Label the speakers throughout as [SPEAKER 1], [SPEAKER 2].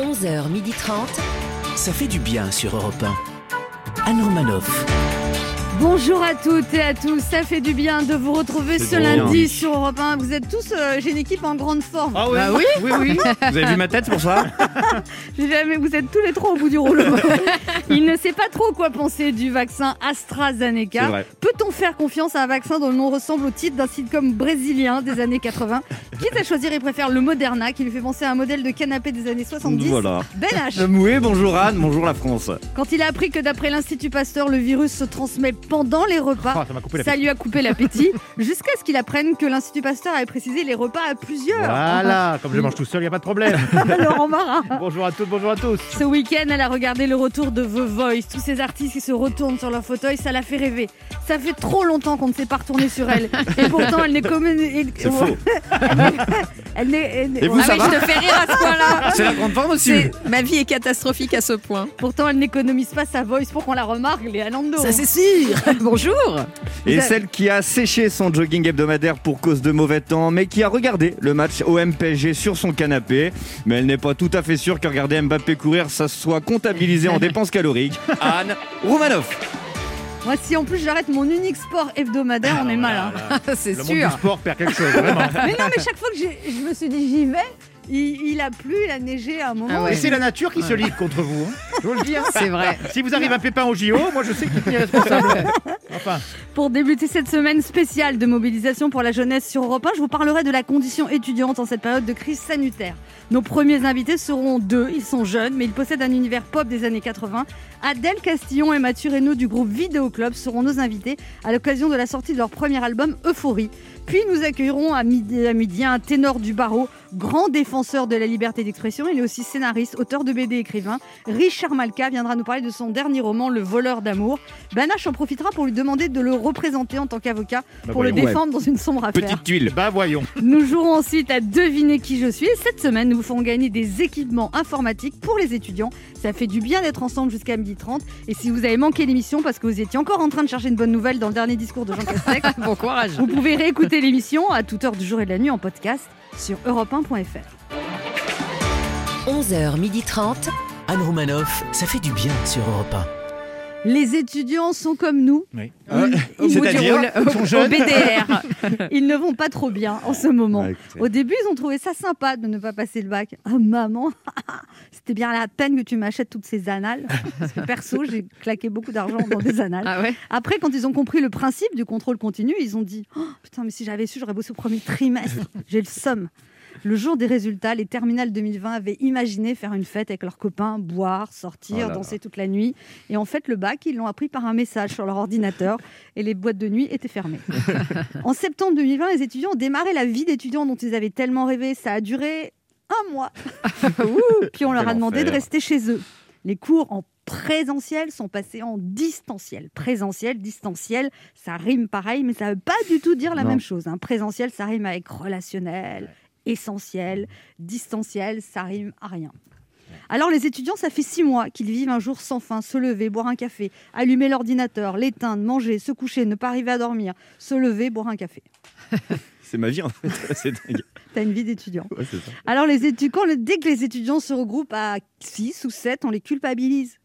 [SPEAKER 1] 11h30.
[SPEAKER 2] Ça fait du bien sur Europe 1. Anne Romanoff.
[SPEAKER 3] Bonjour à toutes et à tous, ça fait du bien de vous retrouver ce
[SPEAKER 4] trop
[SPEAKER 3] lundi
[SPEAKER 4] bien.
[SPEAKER 3] sur Europe 1. Vous êtes tous, euh, j'ai une équipe en grande forme.
[SPEAKER 4] Ah oui
[SPEAKER 3] Bah oui,
[SPEAKER 4] oui, oui. Vous avez vu ma tête pour ça
[SPEAKER 3] J'ai jamais- vous êtes tous les trois au bout du rouleau. Il ne sait pas trop quoi penser du vaccin
[SPEAKER 4] C'est
[SPEAKER 3] AstraZeneca.
[SPEAKER 4] vrai.
[SPEAKER 3] Peut-on faire confiance à un vaccin dont le nom ressemble au titre d'un sitcom brésilien des années 80 Quitte à choisir, il préfère le Moderna qui lui fait penser à un modèle de canapé des années 70.
[SPEAKER 4] Voilà.
[SPEAKER 3] Ben H.
[SPEAKER 4] Oui, bonjour Anne, bonjour la France.
[SPEAKER 3] Quand il a appris que d'après l'Institut Pasteur, le virus se transmet pendant les repas,
[SPEAKER 4] Ah, ça m'a coupé la
[SPEAKER 3] ça lui a coupé l'appétit, jusqu'à ce qu'il apprenne que l'Institut Pasteur avait précisé les repas à plusieurs.
[SPEAKER 5] Ah, Voilà, comme je mange tout seul, il n'y a pas de problème.
[SPEAKER 3] Ah, Laurent Marin.
[SPEAKER 5] bonjour à toutes, bonjour à tous.
[SPEAKER 3] Ce week-end, elle a regardé le retour de The Voice. Tous ces artistes qui se retournent sur leur fauteuil, ça la fait rêver. Ça fait trop longtemps qu'on ne s'est pas retourné sur elle. Et pourtant, elle n'est comme.
[SPEAKER 4] C'est faux.
[SPEAKER 3] Elle n'est. elle n'est-
[SPEAKER 4] Et vous,
[SPEAKER 3] Ah
[SPEAKER 4] ça
[SPEAKER 3] oui,
[SPEAKER 4] va
[SPEAKER 3] je te fais rire à ce point-là.
[SPEAKER 4] C'est la grande forme aussi
[SPEAKER 6] C'est- Ma vie est catastrophique à ce point.
[SPEAKER 3] Pourtant, elle n'économise pas sa voice pour qu'on la remarque, les Alando.
[SPEAKER 6] sûr. Bonjour.
[SPEAKER 4] Et
[SPEAKER 3] Vous avez-
[SPEAKER 4] celle qui a séché son jogging hebdomadaire pour cause de mauvais temps, mais qui a regardé le match OM-PSG sur son canapé. Mais elle n'est pas tout à fait sûre que regarder Mbappé courir, ça soit comptabilisé en dépenses caloriques. Anne Romanoff.
[SPEAKER 3] Moi, si en plus j'arrête mon unique sport hebdomadaire,
[SPEAKER 4] Ah,
[SPEAKER 3] on est mal. hein.
[SPEAKER 6] C'est
[SPEAKER 5] Le monde du
[SPEAKER 6] sûr.
[SPEAKER 5] sport perd quelque chose, vraiment.
[SPEAKER 3] Mais non, mais chaque fois que j'ai- je me suis dit j'y vais, il, il a plu, il a neigé à un moment.
[SPEAKER 6] Ah ouais.
[SPEAKER 5] Et c'est la nature qui se ligue contre vous. hein. Je vous le dis. hein.
[SPEAKER 6] C'est vrai.
[SPEAKER 5] Si vous arrivez à Pépin au JO, moi je sais qui est responsable. Enfin,
[SPEAKER 3] Pour débuter cette semaine spéciale de mobilisation pour la jeunesse sur Europe 1, je vous parlerai de la condition étudiante en cette période de crise sanitaire. Nos premiers invités seront deux, ils sont jeunes, mais ils possèdent un univers pop des années 80. Adèle Castillon et Mathieu Reynaud du groupe Vidéo Club seront nos invités à l'occasion de la sortie de leur premier album Euphorie. Puis nous accueillerons à midi, à midi un ténor du barreau, grand défenseur de la liberté d'expression. Il est aussi scénariste, auteur de BD, écrivain. Richard Malka viendra nous parler de son dernier roman, Le voleur d'amour. Banache en profitera pour lui demander de le représenter en tant qu'avocat pour le
[SPEAKER 4] Bah voyons.
[SPEAKER 3] défendre dans une sombre affaire.
[SPEAKER 4] Petite tuile.
[SPEAKER 5] bah voyons.
[SPEAKER 3] Nous jouerons ensuite à deviner qui je suis. Et cette semaine, nous vous ferons gagner des équipements informatiques pour les étudiants. Ça fait du bien d'être ensemble jusqu'à 12h30. Et si vous avez manqué l'émission parce que vous étiez encore en train de chercher une bonne nouvelle dans le dernier discours de Jean Castex,
[SPEAKER 6] Bon courage.
[SPEAKER 3] vous pouvez réécouter l'émission à toute heure du jour et de la nuit en podcast sur europe1.fr.
[SPEAKER 1] 11h30.
[SPEAKER 2] Anne Romanoff, ça fait du bien sur Europe
[SPEAKER 3] Les étudiants sont comme nous.
[SPEAKER 5] Oui.
[SPEAKER 3] Mmh. Ils- Euh, ils-
[SPEAKER 4] C'est-à-dire
[SPEAKER 5] Ils sont
[SPEAKER 3] au
[SPEAKER 5] jeunes.
[SPEAKER 3] BDR. Ils ne vont pas trop bien en ce moment.
[SPEAKER 4] Ouais, écoutez.
[SPEAKER 3] Au début, ils ont trouvé ça sympa de ne pas passer le bac. Ah, maman, c'était bien la peine que tu m'achètes toutes ces annales. Parce que perso, j'ai claqué beaucoup d'argent dans des annales.
[SPEAKER 6] Ah ouais.
[SPEAKER 3] Après, quand ils ont compris le principe du contrôle continu, ils ont dit Oh, Putain, mais si j'avais su, j'aurais bossé au premier trimestre. J'ai le somme. Le jour des résultats, les terminales 2020 avaient imaginé faire une fête avec leurs copains, boire, sortir,
[SPEAKER 4] Oh là là.
[SPEAKER 3] danser toute la nuit. Et en fait, le bac, ils l'ont appris par un message sur leur ordinateur et les boîtes de nuit étaient fermées. en septembre 2020, les étudiants ont démarré la vie d'étudiants dont ils avaient tellement rêvé. Ça a duré un mois. Ouh. Puis on leur a
[SPEAKER 4] Quel
[SPEAKER 3] demandé de
[SPEAKER 4] enfer.
[SPEAKER 3] rester chez eux. Les cours en présentiel sont passés en distanciel. Présentiel, distanciel, ça rime pareil, mais ça ne veut pas du tout dire la
[SPEAKER 4] Non.
[SPEAKER 3] même chose. hein. Présentiel, ça rime avec relationnel, essentiel, distanciel, ça rime à rien. Alors les étudiants, ça fait six mois qu'ils vivent un jour sans fin, se lever, boire un café, allumer l'ordinateur, l'éteindre, manger, se coucher, ne pas arriver à dormir, se lever, boire un café.
[SPEAKER 4] C'est ma vie en fait. C'est dingue.
[SPEAKER 3] T'as une vie d'étudiant.
[SPEAKER 4] Ouais, c'est ça.
[SPEAKER 3] Alors, les étu- quand le- dès que les étudiants se regroupent à 6 ou 7, on les culpabilise.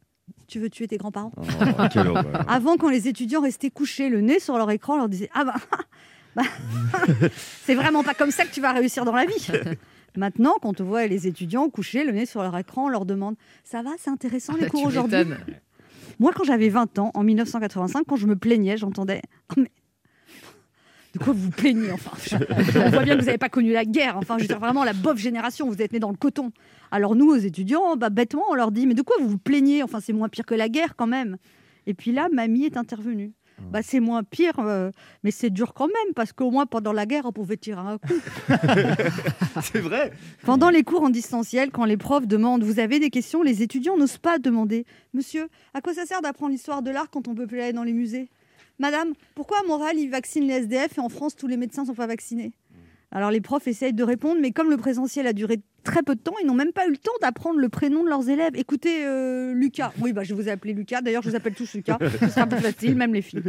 [SPEAKER 3] Tu veux tuer tes grands-parents
[SPEAKER 4] Oh, quelle horreur.
[SPEAKER 3] Avant, quand les étudiants restaient couchés, le nez sur leur écran, on leur disait Ah bah, bah, c'est vraiment pas comme ça que tu vas réussir dans la vie. Maintenant, quand on voit les étudiants couchés, le nez sur leur écran, on leur demande Ça va, c'est intéressant les cours
[SPEAKER 6] Bah, Tu
[SPEAKER 3] aujourd'hui
[SPEAKER 6] m'étonnes.
[SPEAKER 3] Moi, quand j'avais 20 ans, en 1985, quand je me plaignais, j'entendais Ah, mais... De quoi vous vous plaignez Enfin, je, on voit bien que vous n'avez pas connu la guerre. Enfin, je veux dire, vraiment, la bof génération, vous êtes nés dans le coton. Alors, nous, aux étudiants, bah, bêtement, on leur dit Mais de quoi vous vous plaignez Enfin, c'est moins pire que la guerre, quand même. Et puis là, mamie est intervenue. Bah, c'est moins pire, euh, mais c'est dur quand même, parce qu'au moins, pendant la guerre, on pouvait tirer un coup.
[SPEAKER 4] C'est vrai.
[SPEAKER 3] Pendant les cours en distanciel, quand les profs demandent Vous avez des questions les étudiants n'osent pas demander Monsieur, à quoi ça sert d'apprendre l'histoire de l'art quand on peut plus aller dans les musées Madame, pourquoi à Montréal ils vaccinent les SDF et en France tous les médecins sont pas vaccinés
[SPEAKER 4] Hmm.
[SPEAKER 3] Alors les profs essayent de répondre, mais comme le présentiel a duré très peu de temps, ils n'ont même pas eu le temps d'apprendre le prénom de leurs élèves. Écoutez, euh, Lucas. Oui, bah, je vous ai appelé Lucas. D'ailleurs, je vous appelle tous Lucas. Ce sera plus facile, même les filles.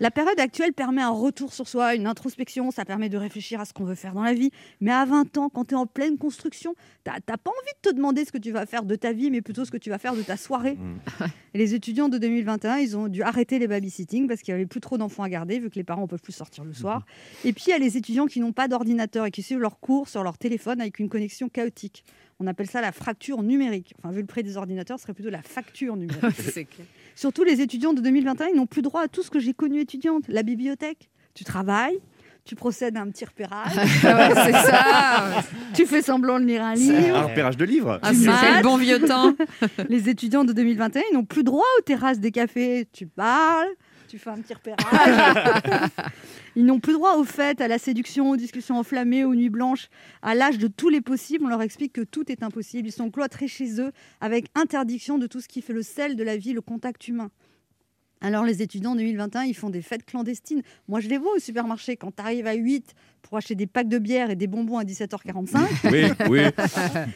[SPEAKER 3] La période actuelle permet un retour sur soi, une introspection, ça permet de réfléchir à ce qu'on veut faire dans la vie. Mais à 20 ans, quand tu es en pleine construction, t'as t'as pas envie de te demander ce que tu vas faire de ta vie, mais plutôt ce que tu vas faire de ta soirée. Et les étudiants de 2021, ils ont dû arrêter les babysitting parce qu'il n'y avait plus trop d'enfants à garder, vu que les parents ne peuvent plus sortir le soir. Et puis, il y a les étudiants qui n'ont pas d'ordinateur et qui suivent leurs cours sur leur téléphone avec une connexion chaotique. On appelle ça la fracture numérique. Enfin, vu le prix des ordinateurs, ce serait plutôt la facture numérique.
[SPEAKER 6] C'est clair.
[SPEAKER 3] Surtout les étudiants de 2021, ils n'ont plus droit à tout ce que j'ai connu étudiante. La bibliothèque, tu travailles, tu procèdes à un petit repérage,
[SPEAKER 6] Ah ouais, c'est ça.
[SPEAKER 3] tu fais semblant de lire un livre.
[SPEAKER 4] Un repérage de livres.
[SPEAKER 6] Ah,
[SPEAKER 3] Tu
[SPEAKER 6] c'est
[SPEAKER 3] mates.
[SPEAKER 6] le bon vieux temps.
[SPEAKER 3] Les étudiants de 2021, ils n'ont plus droit aux terrasses des cafés. Tu parles, tu fais un petit repérage. ils n'ont plus droit aux fêtes, à la séduction, aux discussions enflammées, aux nuits blanches. À l'âge de tous les possibles, on leur explique que tout est impossible. Ils sont cloîtrés chez eux avec interdiction de tout ce qui fait le sel de la vie, le contact humain. Alors les étudiants en 2021, ils font des fêtes clandestines. Moi, je les vois au supermarché quand tu arrives à 8 pour acheter des packs de bière et des bonbons à 17h45.
[SPEAKER 4] Oui, oui.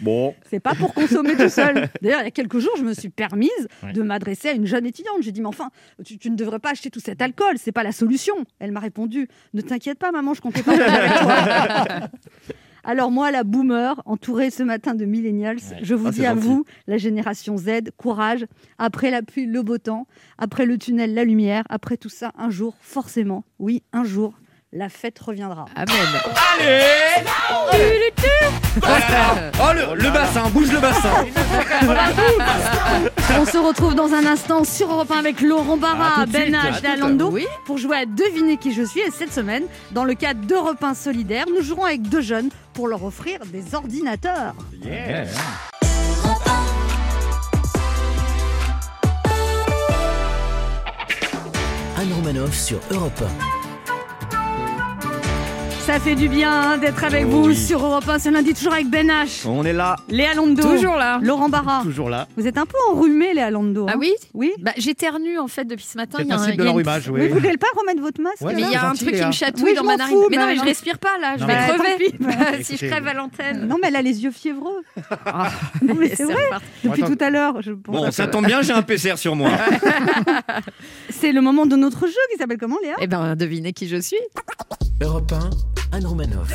[SPEAKER 4] Bon.
[SPEAKER 3] C'est pas pour consommer tout seul. D'ailleurs, il y a quelques jours, je me suis permise
[SPEAKER 5] Ouais.
[SPEAKER 3] de m'adresser à une jeune étudiante. J'ai dit, mais enfin, tu, tu ne devrais pas acheter tout cet alcool, c'est pas la solution. Elle m'a répondu, ne t'inquiète pas, maman, je comptais pas parler avec toi. Alors moi, la boomer, entourée ce matin de millennials, je vous
[SPEAKER 4] Ah, c'est
[SPEAKER 3] dis à
[SPEAKER 4] gentil.
[SPEAKER 3] vous, la génération Z, courage. Après la pluie, le beau temps. Après le tunnel, la lumière. Après tout ça, un jour, forcément, oui, un jour, la fête reviendra.
[SPEAKER 6] Amen.
[SPEAKER 4] Allez Oh, le, le bassin, bouge le bassin.
[SPEAKER 3] On se retrouve dans un instant sur Europe 1 avec Laurent Barra,
[SPEAKER 6] Ah,
[SPEAKER 5] À tout de
[SPEAKER 3] Ben
[SPEAKER 5] suite.
[SPEAKER 3] H,
[SPEAKER 5] À tout,
[SPEAKER 3] Lando
[SPEAKER 6] oui.
[SPEAKER 3] pour jouer à Deviner qui je suis. Et cette semaine, dans le cadre d'Europe 1 Solidaire, nous jouerons avec deux jeunes pour leur offrir des ordinateurs.
[SPEAKER 2] Anne Romanoff sur Europe
[SPEAKER 3] Ça fait du bien hein, d'être avec
[SPEAKER 4] Oh
[SPEAKER 3] vous
[SPEAKER 4] oui.
[SPEAKER 3] sur Europe 1 ce lundi, toujours avec Ben H,
[SPEAKER 4] On est là.
[SPEAKER 3] Léa Lando,
[SPEAKER 6] Toujours là.
[SPEAKER 3] Laurent Barra.
[SPEAKER 5] Toujours là.
[SPEAKER 3] Vous êtes un peu enrhumé, Léa Lando. hein
[SPEAKER 6] Ah oui
[SPEAKER 3] Oui
[SPEAKER 6] bah, J'éternue en fait depuis ce matin.
[SPEAKER 5] C'est le
[SPEAKER 6] il y a un-
[SPEAKER 5] principe de
[SPEAKER 6] il y a une-
[SPEAKER 5] l'enrhumage,
[SPEAKER 3] Mais
[SPEAKER 5] oui.
[SPEAKER 3] vous ne voulez pas remettre votre masque
[SPEAKER 5] Ouais,
[SPEAKER 6] Mais il y
[SPEAKER 5] ouais.
[SPEAKER 3] là
[SPEAKER 6] a un
[SPEAKER 5] Gentil,
[SPEAKER 6] truc qui
[SPEAKER 5] Léa.
[SPEAKER 6] me chatouille
[SPEAKER 3] hein. Oui, je
[SPEAKER 6] dans
[SPEAKER 3] m'en
[SPEAKER 6] ma narine.
[SPEAKER 3] fous,
[SPEAKER 6] mais non,
[SPEAKER 3] mais
[SPEAKER 6] mais je
[SPEAKER 3] non.
[SPEAKER 6] respire pas là, je
[SPEAKER 5] Non,
[SPEAKER 6] vais
[SPEAKER 5] mais-
[SPEAKER 6] crever Ah, si je
[SPEAKER 5] Écoutez,
[SPEAKER 6] crève à l'antenne.
[SPEAKER 3] Non, mais elle a les yeux fiévreux. Non, mais c'est
[SPEAKER 6] Et ça
[SPEAKER 3] vrai,
[SPEAKER 6] repart.
[SPEAKER 3] depuis
[SPEAKER 5] Attends.
[SPEAKER 3] tout à l'heure. je pense.
[SPEAKER 4] Bon, ça tombe bien, j'ai un PCR sur moi.
[SPEAKER 3] C'est le moment de notre jeu qui s'appelle comment, Léa
[SPEAKER 6] Eh ben, devinez qui je suis.
[SPEAKER 2] 1. Europe 1, Anne Romanoff.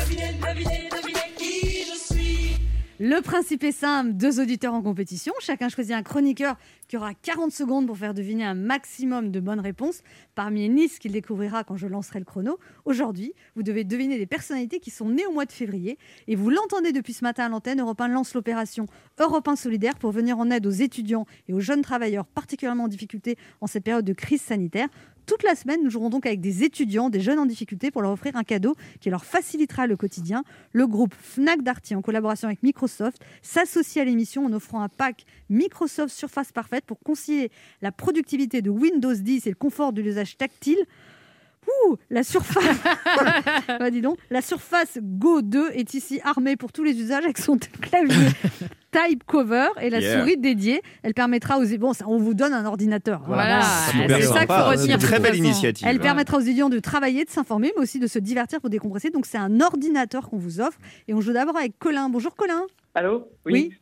[SPEAKER 3] Le principe est simple, deux auditeurs en compétition, chacun choisit un chroniqueur qui aura 40 secondes pour faire deviner un maximum de bonnes réponses parmi une liste qu'il découvrira quand je lancerai le chrono. Aujourd'hui, vous devez deviner les personnalités qui sont nées au mois de février et vous l'entendez depuis ce matin à l'antenne, Europe 1 lance l'opération Europe 1 solidaire pour venir en aide aux étudiants et aux jeunes travailleurs particulièrement en difficulté en cette période de crise sanitaire. Toute la semaine, nous jouerons donc avec des étudiants, des jeunes en difficulté pour leur offrir un cadeau qui leur facilitera le quotidien le groupe Fnac Darty, en collaboration avec Microsoft, s'associe à l'émission en offrant un pack Microsoft Surface Parfaite pour concilier la productivité de Windows 10 et le confort de l'usage tactile. Ouh, la surface, Bah, dis donc, la surface Go 2 est ici armée pour tous les usages avec son clavier Type Cover et la
[SPEAKER 4] Yeah.
[SPEAKER 3] souris dédiée. Elle permettra aux bon, ça, on vous donne un ordinateur. hein.
[SPEAKER 6] Voilà,
[SPEAKER 4] Super
[SPEAKER 6] c'est ça qu'il
[SPEAKER 4] sympa,
[SPEAKER 6] faut
[SPEAKER 4] hein,
[SPEAKER 6] retenir.
[SPEAKER 4] Très
[SPEAKER 6] de toute
[SPEAKER 4] belle
[SPEAKER 6] façon.
[SPEAKER 4] initiative. hein.
[SPEAKER 3] Elle permettra aux étudiants de travailler, de s'informer, mais aussi de se divertir pour décompresser. Donc c'est un ordinateur qu'on vous offre. Et on joue d'abord avec Colin. Bonjour Colin.
[SPEAKER 1] Allô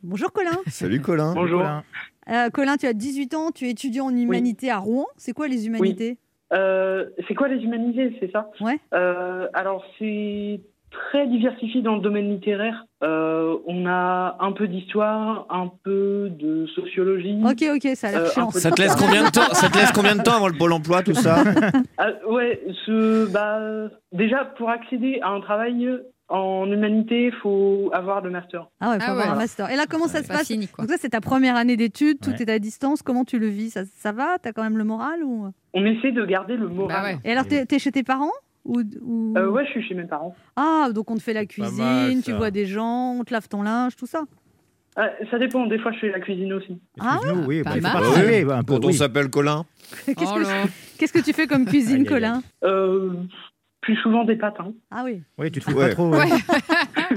[SPEAKER 3] Bonjour Colin.
[SPEAKER 4] Salut Colin.
[SPEAKER 1] Bonjour.
[SPEAKER 5] Voilà.
[SPEAKER 3] Euh, Colin, tu as 18 ans, tu es étudiant en humanité à Rouen. C'est quoi les humanités
[SPEAKER 1] Euh, c'est quoi les humanisés, c'est ça
[SPEAKER 3] Ouais.
[SPEAKER 1] Euh, alors, c'est très diversifié dans le domaine littéraire. Euh, on a un peu d'histoire, un peu de sociologie.
[SPEAKER 3] Ok, ok, ça a l'air
[SPEAKER 1] Euh,
[SPEAKER 3] chiant.
[SPEAKER 1] un peu
[SPEAKER 4] Ça te laisse combien de temps Ça te laisse combien de temps avant le pôle emploi, tout ça
[SPEAKER 1] Ah, ouais, ce, bah, déjà, pour accéder à un travail en humanité, faut avoir le master.
[SPEAKER 3] Ah ouais, faut
[SPEAKER 6] Ah
[SPEAKER 3] avoir
[SPEAKER 6] ouais.
[SPEAKER 3] un master. Et là, comment ça se
[SPEAKER 6] Pas
[SPEAKER 3] passe
[SPEAKER 6] fini quoi.
[SPEAKER 3] Donc ça, c'est ta première année d'études, tout
[SPEAKER 5] Ouais.
[SPEAKER 3] est à distance. Comment tu le vis Ça, ça va T'as quand même le moral ou
[SPEAKER 1] On essaie de garder le moral.
[SPEAKER 6] Bah ouais.
[SPEAKER 3] Et alors, t'es es chez tes parents ou, ou-
[SPEAKER 1] Euh, ouais, je suis chez mes parents.
[SPEAKER 3] Ah, donc on te fait la cuisine,
[SPEAKER 5] mal,
[SPEAKER 3] tu
[SPEAKER 5] ça.
[SPEAKER 3] vois des gens, on te lave ton linge, tout ça.
[SPEAKER 1] Ah, ça dépend, des fois je fais la cuisine aussi.
[SPEAKER 3] Ah
[SPEAKER 5] Excuse-nous, oui,
[SPEAKER 6] pas
[SPEAKER 5] bah, il
[SPEAKER 6] mal.
[SPEAKER 5] faut pas parler, bah, un peu,
[SPEAKER 4] Quand on
[SPEAKER 5] oui.
[SPEAKER 4] s'appelle Colin
[SPEAKER 3] Qu'est-ce
[SPEAKER 6] Oh
[SPEAKER 3] que,
[SPEAKER 6] là.
[SPEAKER 3] qu'est-ce que tu fais comme cuisine,
[SPEAKER 5] Aïe, aïe, aïe.
[SPEAKER 3] Colin
[SPEAKER 1] Euh, plus souvent des pâtes. hein.
[SPEAKER 3] Ah oui,
[SPEAKER 5] Oui, tu te fous
[SPEAKER 4] Ouais.
[SPEAKER 5] pas trop.
[SPEAKER 6] Ouais.
[SPEAKER 5] hein.